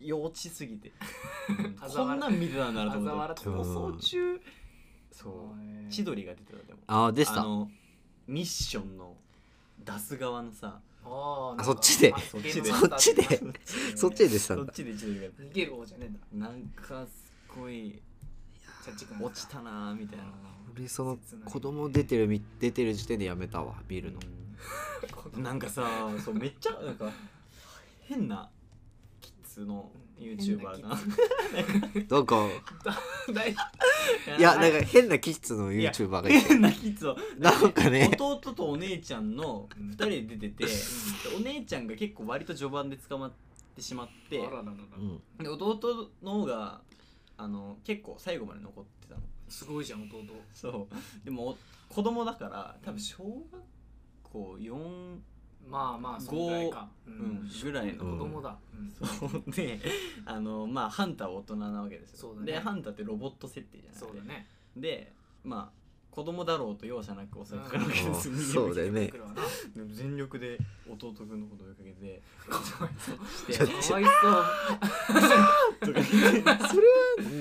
S3: 幼稚すぎてうん
S2: 嘲
S3: こんなん見てたんだなと
S2: 嘲
S3: 思っ
S2: 笑
S3: て
S2: ってた
S1: うん
S3: 逃走中そ
S2: そう
S3: う
S2: 千
S3: 千
S2: 鳥
S3: 鳥が出てたでも
S1: ああ、でし
S3: あ
S1: た。
S3: のミッションの出す側のさ
S2: あ
S1: あそっちで
S3: そっちで
S1: そっちでそっちで出てた
S3: そ
S1: ん
S3: っ
S1: だ。
S3: ちで千鳥が
S2: 逃げる方じゃねえんだ
S3: なんかすごい
S2: チャッチ君
S3: 落ちたなーみたいな
S1: 俺その子供出てるみ出てる時点でやめたわビールの、
S3: うんなんかさそうめっちゃなんか変なキッズの YouTuber が
S1: なんか
S2: 大
S1: いやなんか変なキッズの
S3: いや
S1: YouTuber がいて
S3: 変なキッズを
S1: なんかね
S3: 弟とお姉ちゃんの2人で出ててお姉ちゃんが結構割と序盤で捕まってしまって
S2: あらららら
S1: うん
S3: で弟の方があの結構最後まで残ってたの
S2: すごいじゃん弟
S3: そうでもお子供だから多分小学校4
S2: まあまあそんぐらいかう
S3: うんぐらいの
S2: 子供だうん
S3: そう であのまあハンターは大人なわけですよ
S2: そうだね
S3: でハンターってロボット設定じゃない
S2: そうだね
S3: でまあ子供だろうと容赦なく襲いかかるわけです
S1: うん
S3: 逃げる
S1: そうだよね
S2: 出てくるわな
S3: でも全力で弟君のことを追いかけて
S2: かわいそう
S3: して
S1: ちょっ
S2: かわいそう
S3: とか 言って
S1: それは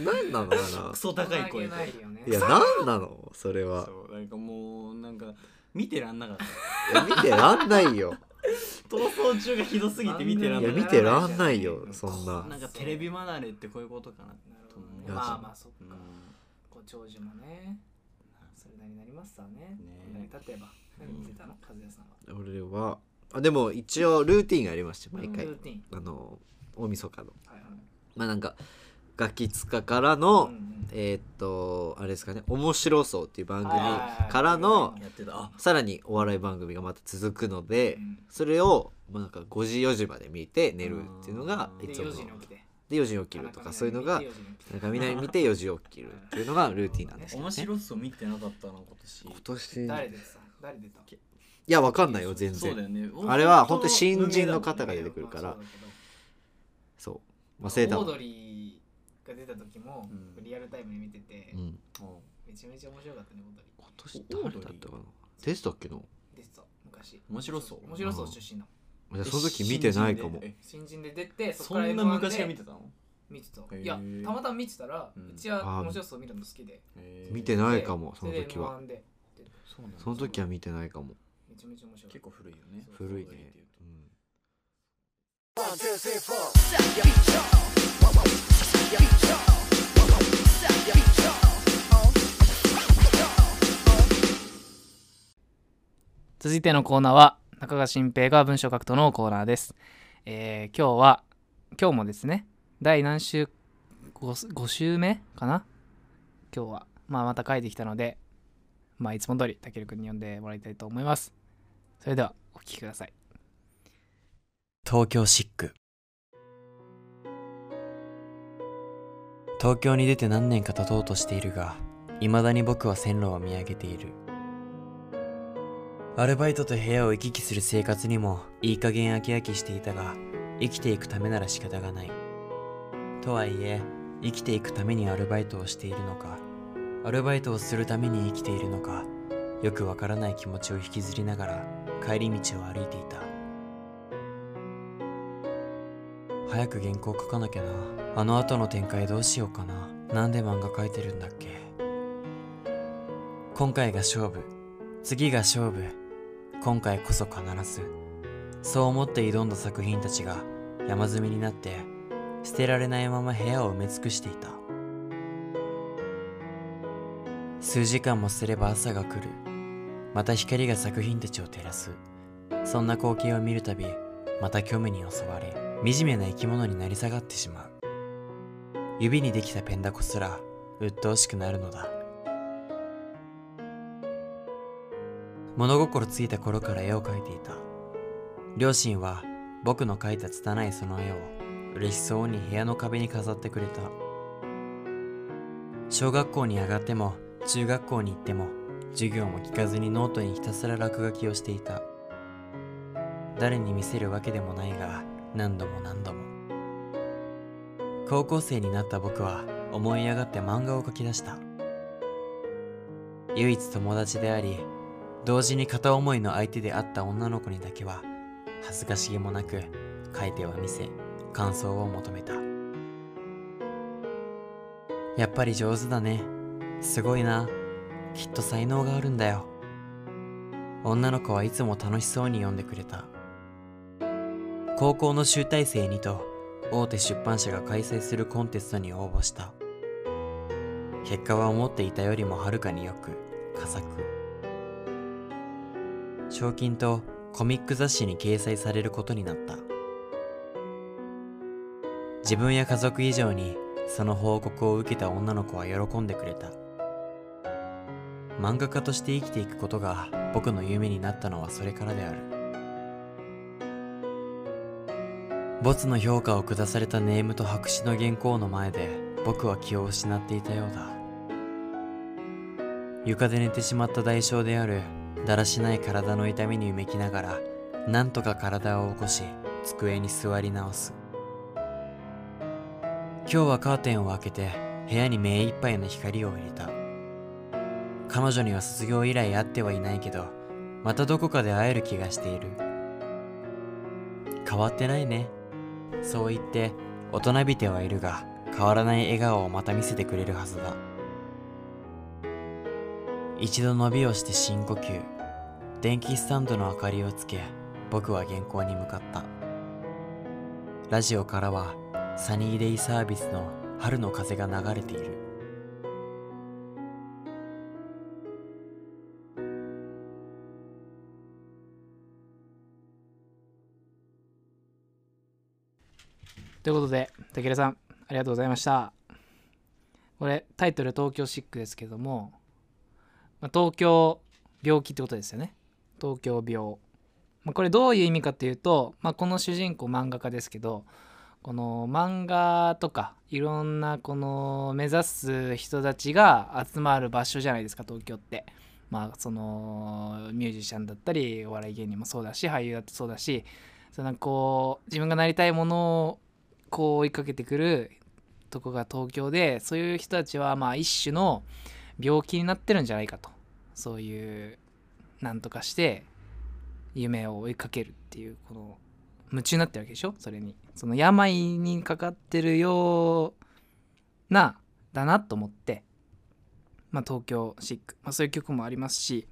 S1: 何なのかな
S3: クソ高い声で
S2: 大人げないよね
S1: いや何なのそれは
S3: そうなんかもうなんか見てらんなかった
S1: いや見てらんないよ
S3: 逃走中がひどすぎて見てらん
S1: い
S3: な
S1: や
S3: か
S1: 見
S3: って
S1: らんないよそん
S3: た
S1: な
S3: なんかテレビ離れってこういうことかな
S2: なる
S3: と
S2: ほ
S3: 思
S2: どね
S3: う
S1: いや
S2: まあまあそっ
S3: うん
S2: かご長寿もねそれなりになりますわね
S3: ね
S2: 何立てば何見てたの和也さんは
S1: 俺はあでも一応ルーティンがありまして毎回
S2: ルーティン
S1: あの大晦日の
S2: はいは
S1: まあなんかガキツカから
S2: い
S1: の
S2: うんうん
S1: えーっとあれですかね「面白そう」っていう番組
S2: はいはいはいはい
S1: からの
S3: やってたあ
S1: さらにお笑い番組がまた続くので、
S2: うん
S1: それを、まあ、なんか5時4時まで見て寝るっていうのが
S3: うん
S1: い
S2: で
S1: つも
S2: 4
S1: の
S2: 時に起きて
S1: で4時に起きるとかそういうのが
S2: 田中みな実見て4時に起きて
S1: 中南見て4時起きるっ ていうのがルーティンなんですよ、ね、
S3: 面白そう見てなかったな今年
S1: 今年
S2: 誰出てた誰出た
S1: いやわかんないよ全
S3: そうだ
S1: 然
S3: よね
S1: あれは本当に新人の方が出てくるから
S2: まあそうだけど
S1: そう忘れた
S2: オード
S1: わ、
S2: リーが出た時も
S3: うん
S2: リアルタイムで見てて
S1: うん、
S2: めちゃめちゃ面白かったねオードリ
S1: 今年誰だったかなテストっけの
S2: ー出てた昔
S3: 面白そう
S2: 面白そう
S1: うん
S2: 出身の
S1: いやその時見てないかも
S3: え
S2: 新人で出て
S3: そ
S2: こから
S3: んな
S2: M1 で
S3: 昔から見てたの
S2: 見てた
S3: へー
S2: いやたまたま見てたら
S3: うん
S2: うちは面白そう見るの好きで
S1: 見てないかもその
S2: で
S1: 時は
S2: M1 で
S3: そうなんだ
S1: その時は見てないかも、
S2: めちゃめちゃ面白い
S3: 結構古いよね
S2: そう
S1: 古いねうん
S2: 続いてのコーナーは中川新平が文章を書くとのコーナーです、えー今日は今日もですね第何週 5, 5週目かな今日は、まあ、また書いてきたので、まあ、いつも通りたけるくんに読んでもらいたいと思いますそれではお聴きください
S5: 東京シック東京に出て何年か経とうとしているが未だに僕は線路を見上げているアルバイトと部屋を行き来する生活にもいい加減飽き飽きしていたが生きていくためなら仕方がないとはいえ生きていくためにアルバイトをしているのかアルバイトをするために生きているのかよくわからない気持ちを引きずりながら帰り道を歩いていた早く原稿書かなきゃなあの後の展開どうしようかななんで漫画書いてるんだっけ今回が勝負次が勝負今回こそ必ずそう思って挑んだ作品たちが山積みになって捨てられないまま部屋を埋め尽くしていた数時間もすれば朝が来るまた光が作品たちを照らすそんな光景を見るたびまた虚無に襲われ惨めな生き物になり下がってしまう指にできたペンダコすら鬱陶しくなるのだ物心ついた頃から絵を描いていた両親は僕の描いた拙いその絵を嬉しそうに部屋の壁に飾ってくれた小学校に上がっても中学校に行っても授業も聞かずにノートにひたすら落書きをしていた誰に見せるわけでもないが何度も何度も高校生になった僕は思い上がって漫画を描き出した唯一友達であり同時に片思いの相手であった女の子にだけは恥ずかしげもなく書いては見せ感想を求めたやっぱり上手だねすごいなきっと才能があるんだよ女の子はいつも楽しそうに読んでくれた高校の集大成にと大手出版社が開催するコンテストに応募した結果は思っていたよりもはるかによく佳作賞金とコミック雑誌に掲載されることになった自分や家族以上にその報告を受けた女の子は喜んでくれた漫画家として生きていくことが僕の夢になったのはそれからであるボツの評価を下されたネームと白紙の原稿の前で僕は気を失っていたようだ床で寝てしまった代償であるだらしない体の痛みにうめきながらなんとか体を起こし机に座り直す今日はカーテンを開けて部屋に目いっぱいの光を入れた彼女には卒業以来会ってはいないけどまたどこかで会える気がしている変わってないねそう言って大人びてはいるが変わらない笑顔をまた見せてくれるはずだ一度伸びをして深呼吸電気スタンドの明かりをつけ僕は原稿に向かったラジオからはサニーデイサービスの春の風が流れている
S2: ということで武尊さんありがとうございましたこれタイトル「東京シック」ですけども、まあ、東京病気ってことですよね東京病、まあ、これどういう意味かっていうと、まあ、この主人公漫画家ですけどこの漫画とかいろんなこの目指す人たちが集まる場所じゃないですか東京って。まあそのミュージシャンだったりお笑い芸人もそうだし俳優だってそうだしそのなんかこう自分がなりたいものをこう追いかけてくるとこが東京でそういう人たちはまあ一種の病気になってるんじゃないかとそういうなんとかして夢を追いかけるっていうこの夢中になってるわけでしょそれにその病にかかってるようなだなと思って、まあ、東京シック、まあ、そういう曲もありますし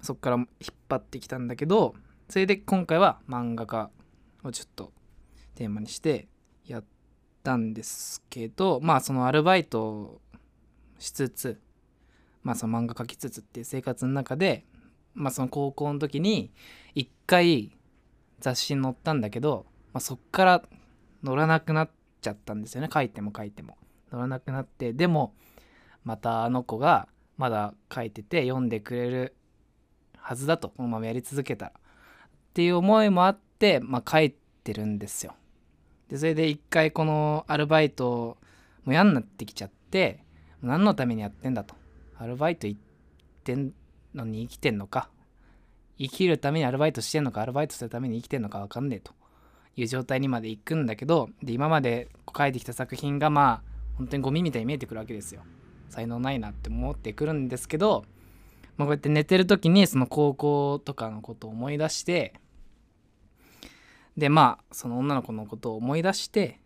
S2: そこから引っ張ってきたんだけどそれで今回は漫画家をちょっとテーマにしてやったんですけどまあそのアルバイトをしつつまあその漫画描きつつっていう生活の中でまあその高校の時に一回雑誌に載ったんだけど、まあ、そっから載らなくなっちゃったんですよね書いても書いても載らなくなってでもまたあの子がまだ書いてて読んでくれるはずだとこのままやり続けたらっていう思いもあって、まあ、書いてるんですよ。でそれで一回このアルバイトをもう嫌になってきちゃって何のためにやってんだとアルバイト行ってんのに生きてんのか生きるためにアルバイトしてんのかアルバイトするために生きてんのか分かんねえという状態にまで行くんだけどで今まで書いてきた作品がまあ本当にゴミみたいに見えてくるわけですよ才能ないなって思ってくるんですけど、まあ、こうやって寝てる時にその高校とかのことを思い出してでまあその女の子のことを思い出して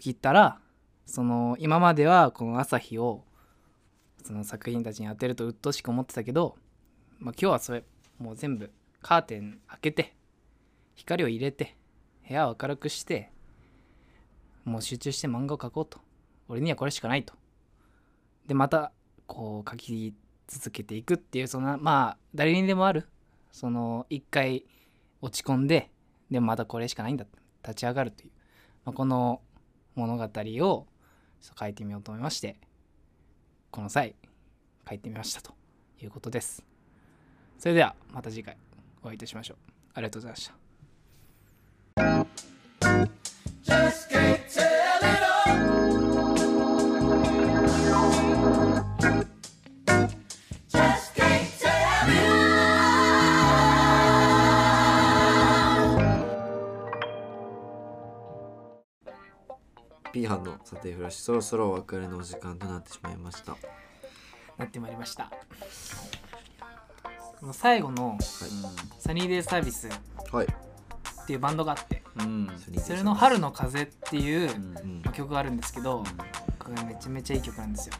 S2: 起きたらその今まではこの朝日をその作品たちに当てると鬱陶しく思ってたけど、まあ、今日はそれもう全部カーテン開けて光を入れて部屋を明るくしてもう集中して漫画を描こうと俺にはこれしかないとでまたこう描き続けていくっていうそんなまあ誰にでもあるその一回落ち込んででもまたこれしかないんだ立ち上がるという、まあ、この物語をちょっと書いてみようと思いましてこの際書いてみましたということですそれではまた次回お会いいたしましょうありがとうございました
S1: P 班の査定フラッシュそろそろお別れのお時間となってしまいました
S2: なってまいりましたこの最後の「サニーデイサービス」っ
S1: はい
S2: ていうバンドがあって
S3: うん
S2: それの「春の風」っていう
S3: うん
S1: うん
S2: まあ曲があるんですけどこれめちゃめちゃいい曲なんですよ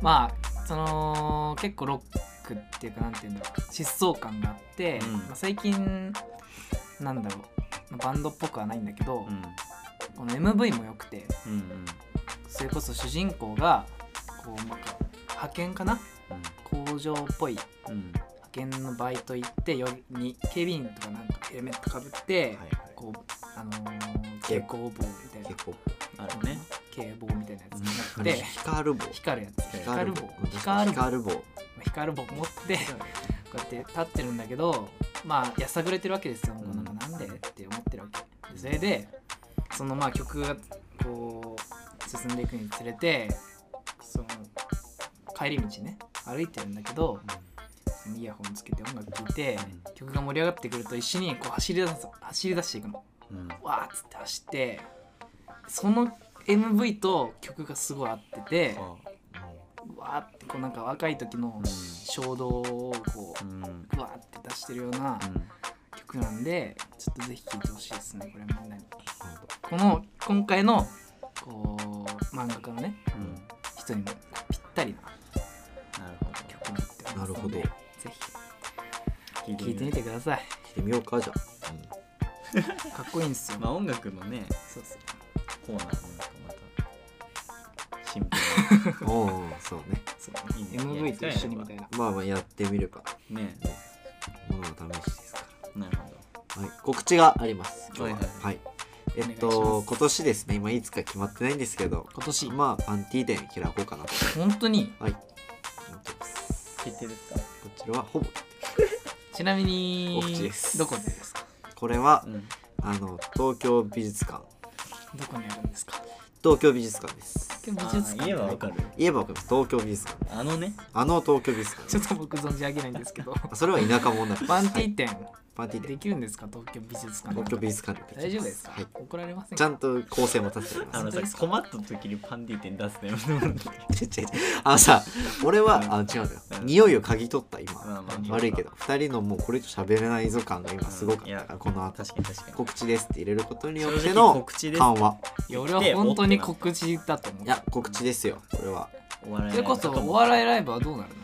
S2: まあその結構ロックっていうかなんていうんだろう疾走感があって、
S3: うん
S2: まあ、最近なんだろうバンドっぽくはないんだけど、
S3: うん
S2: この MV も良くて
S3: うん
S2: それこそ主人公がこうなんか派遣かな工場っぽい
S3: うんうん
S2: 派遣のバイト行って夜に警備員とかなんかヘルメットかぶって、
S1: はい
S2: こうあのー、蛍光棒みたいな
S1: 結構
S3: あるね
S2: 警棒みたいなやつ
S1: あ
S2: に
S1: の
S2: なって
S1: 光る棒
S2: 光るやつ光
S1: 光
S2: る
S1: る
S2: 棒
S1: 棒
S2: 光る棒
S1: 光る棒
S2: 光る棒持ってこうやって立ってるんだけどまあやさぐれてるわけですよ、
S1: うん
S2: なんかなんでって思ってるわけでそれでそのまあ曲がこう進んでいくにつれてその帰り道ね歩いてるんだけど、そのイヤホンつけて音楽聴いて、曲が盛り上がってくると一緒にこう走り出す走り出していくの
S3: うん
S2: わーっつって走ってその MV と曲がすごい合ってて、
S3: あ
S2: わーってこうなんか若い時の衝動をこ
S3: うんうん
S2: うぐわーって出してるような曲なんでちょっとぜひ聴いてほしいですねこれみんなにこの今回のこう漫画家のね
S3: うん
S2: 人にもぴったりな
S3: なるほど
S2: 曲になってますので
S1: なる
S2: ぜ
S3: 聞い
S2: ひ聴いてみてください
S1: 聞いてみようかじゃあ
S2: かっこいいんですよ、
S3: まあ音楽のね
S2: そうそう
S3: コーナーもなんかまたシン
S1: う
S3: プ
S1: ん おーそうね
S3: ルにいいね
S2: MV と一緒にみたいな
S1: まあまあやってみれば
S3: ね
S1: ものの試しですか
S3: なるほど
S1: ら、はい、告知があります今日は
S3: はい
S1: はい、えっ
S2: お願いしま
S1: と
S2: す
S1: 今年ですね今いつか決まってないんですけど
S2: 今年
S1: まあパンティー店開こうかなと
S2: 本当に
S1: はい思ってます
S3: 決定ですか
S1: こちらはほぼ
S2: ちなみに
S1: お口です
S2: どこでですか
S1: これは
S3: うん
S1: あの東京美術館
S2: どこにあるんですか
S1: 東京美術館です
S2: 美
S3: あ
S2: 術館
S3: ー言えばわかる
S1: 言えばわかります東京美術館
S3: あのね
S1: あの東京美術館
S2: ちょっと僕存じ上げないんですけど
S1: それは田舎者なんです
S2: パンテ
S1: は
S2: ィ
S1: い
S2: 店、
S1: パンティー
S2: で
S1: 店
S2: きるんですか東京美術館
S1: 東京美術館で
S2: 大
S1: き
S2: 丈夫
S1: ま
S2: ですか、
S1: はい
S2: 怒られません
S1: ちゃ
S2: か
S1: んと構成も立ててます
S3: あ
S2: 本
S3: の
S2: 当
S3: さ
S2: ですか
S3: 困った時にパンディ店出すの
S1: 違
S3: よ
S1: う違う違うあのさ俺はあの違うんだよ
S3: うん
S1: 匂いを嗅ぎ取った
S3: まあ
S1: 今
S3: まあ
S1: 悪いけど2人のもうこれと喋れないぞ感が今すごかっ
S3: うんい
S1: た
S3: や
S1: からこの後
S3: 確かに確かに
S1: 告知ですって入れることによって
S3: 正直
S1: の
S3: 告知です
S1: 緩和
S2: いや俺は本当に告知だと思う
S1: いや告知ですよこれは
S3: お笑い
S2: それこそお笑いライブはどうなるの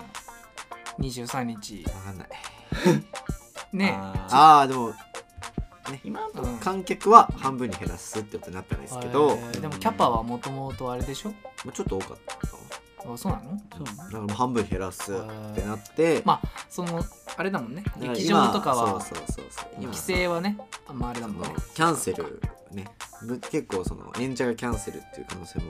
S2: 23日
S1: 分かんない
S2: ね
S3: あ
S1: ああでも
S3: ー今
S2: え、うん
S1: 観客は半分に減らすってことになったんですけど、
S2: えーでもキャパはもともとあれでしょ
S1: まあ、ちょっと多かった
S2: あそうなの
S3: そう
S1: だからもう半分減らすってなって
S2: まあそのあれだもんね
S1: だから今
S2: 劇場とかは
S1: そうそうそうそう今
S2: 規制はねあんまああれだ
S1: そ
S2: もん
S1: の
S2: ね
S1: キャンセルねぶ結構その演者がキャンセルっていう可能性も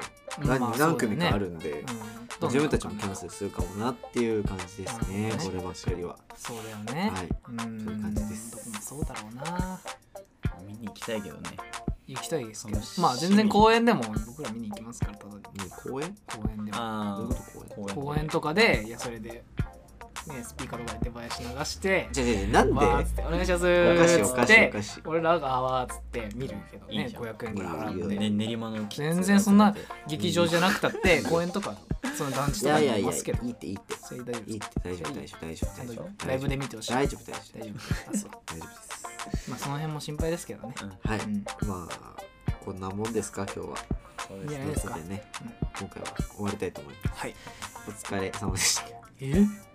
S1: 何,、
S2: まあ
S1: 何組かある
S2: そ
S1: んで、
S2: うだよねうん
S1: 自分たちもキャンセルするかもなっていう感じですね、
S2: なるほど
S1: こ
S2: ね
S1: ればっかりは。
S2: そうだよね、
S1: はい
S2: うん
S1: そういう感じです
S2: まあそうだろうな
S3: 見に行きたいけどね
S2: 行きたいですけど
S3: その
S2: まあ全然公園でも僕ら見に行きますからただ
S1: ね公園
S2: 公園でも
S3: あ
S1: どういうこと公園
S3: 公園
S2: 公園とかでいやそれで、ね、スピーカーとかで出囃子流して
S1: じゃあじゃあじゃあなん
S2: わーっ
S1: で
S2: つってお願いします
S1: おかしい
S2: ー
S1: お
S2: っつ
S1: か
S2: っ
S1: しい
S2: て
S1: おかしい。
S2: 俺らがあわーっつって見るけど
S3: いい
S2: ね
S3: じゃん
S2: 500円ぐらい
S1: いい
S2: 払
S1: よ
S2: っ
S1: ね
S2: て、
S3: ね、練馬のキッズ
S2: 全然そんな
S3: 集まって
S2: 劇場じゃなくたって公園とかその団地
S1: い
S2: とか
S1: やい
S2: に
S1: や
S2: い
S1: いや
S2: ま
S1: い
S2: すけど
S1: いっていいって
S2: それ大丈夫
S1: いいって大丈夫大丈夫大丈夫
S2: ちゃん
S1: 大丈
S2: と
S1: 夫
S2: ライブで見てほしい
S1: 大丈夫大丈夫
S2: 大
S1: 大
S2: 丈
S1: 丈夫
S2: 夫あそう
S1: 大丈夫です。
S2: まあその辺も心配ですけどね
S1: はい、
S2: うん
S1: まあこんなもんですか今日は。
S3: そう
S2: いい
S3: で
S2: んじ
S3: す
S2: ゃ
S1: と
S2: な
S1: いうこと
S2: いですか
S1: でね、今回は終わりたいと思います。
S2: はい
S1: お疲れ様でした。
S2: え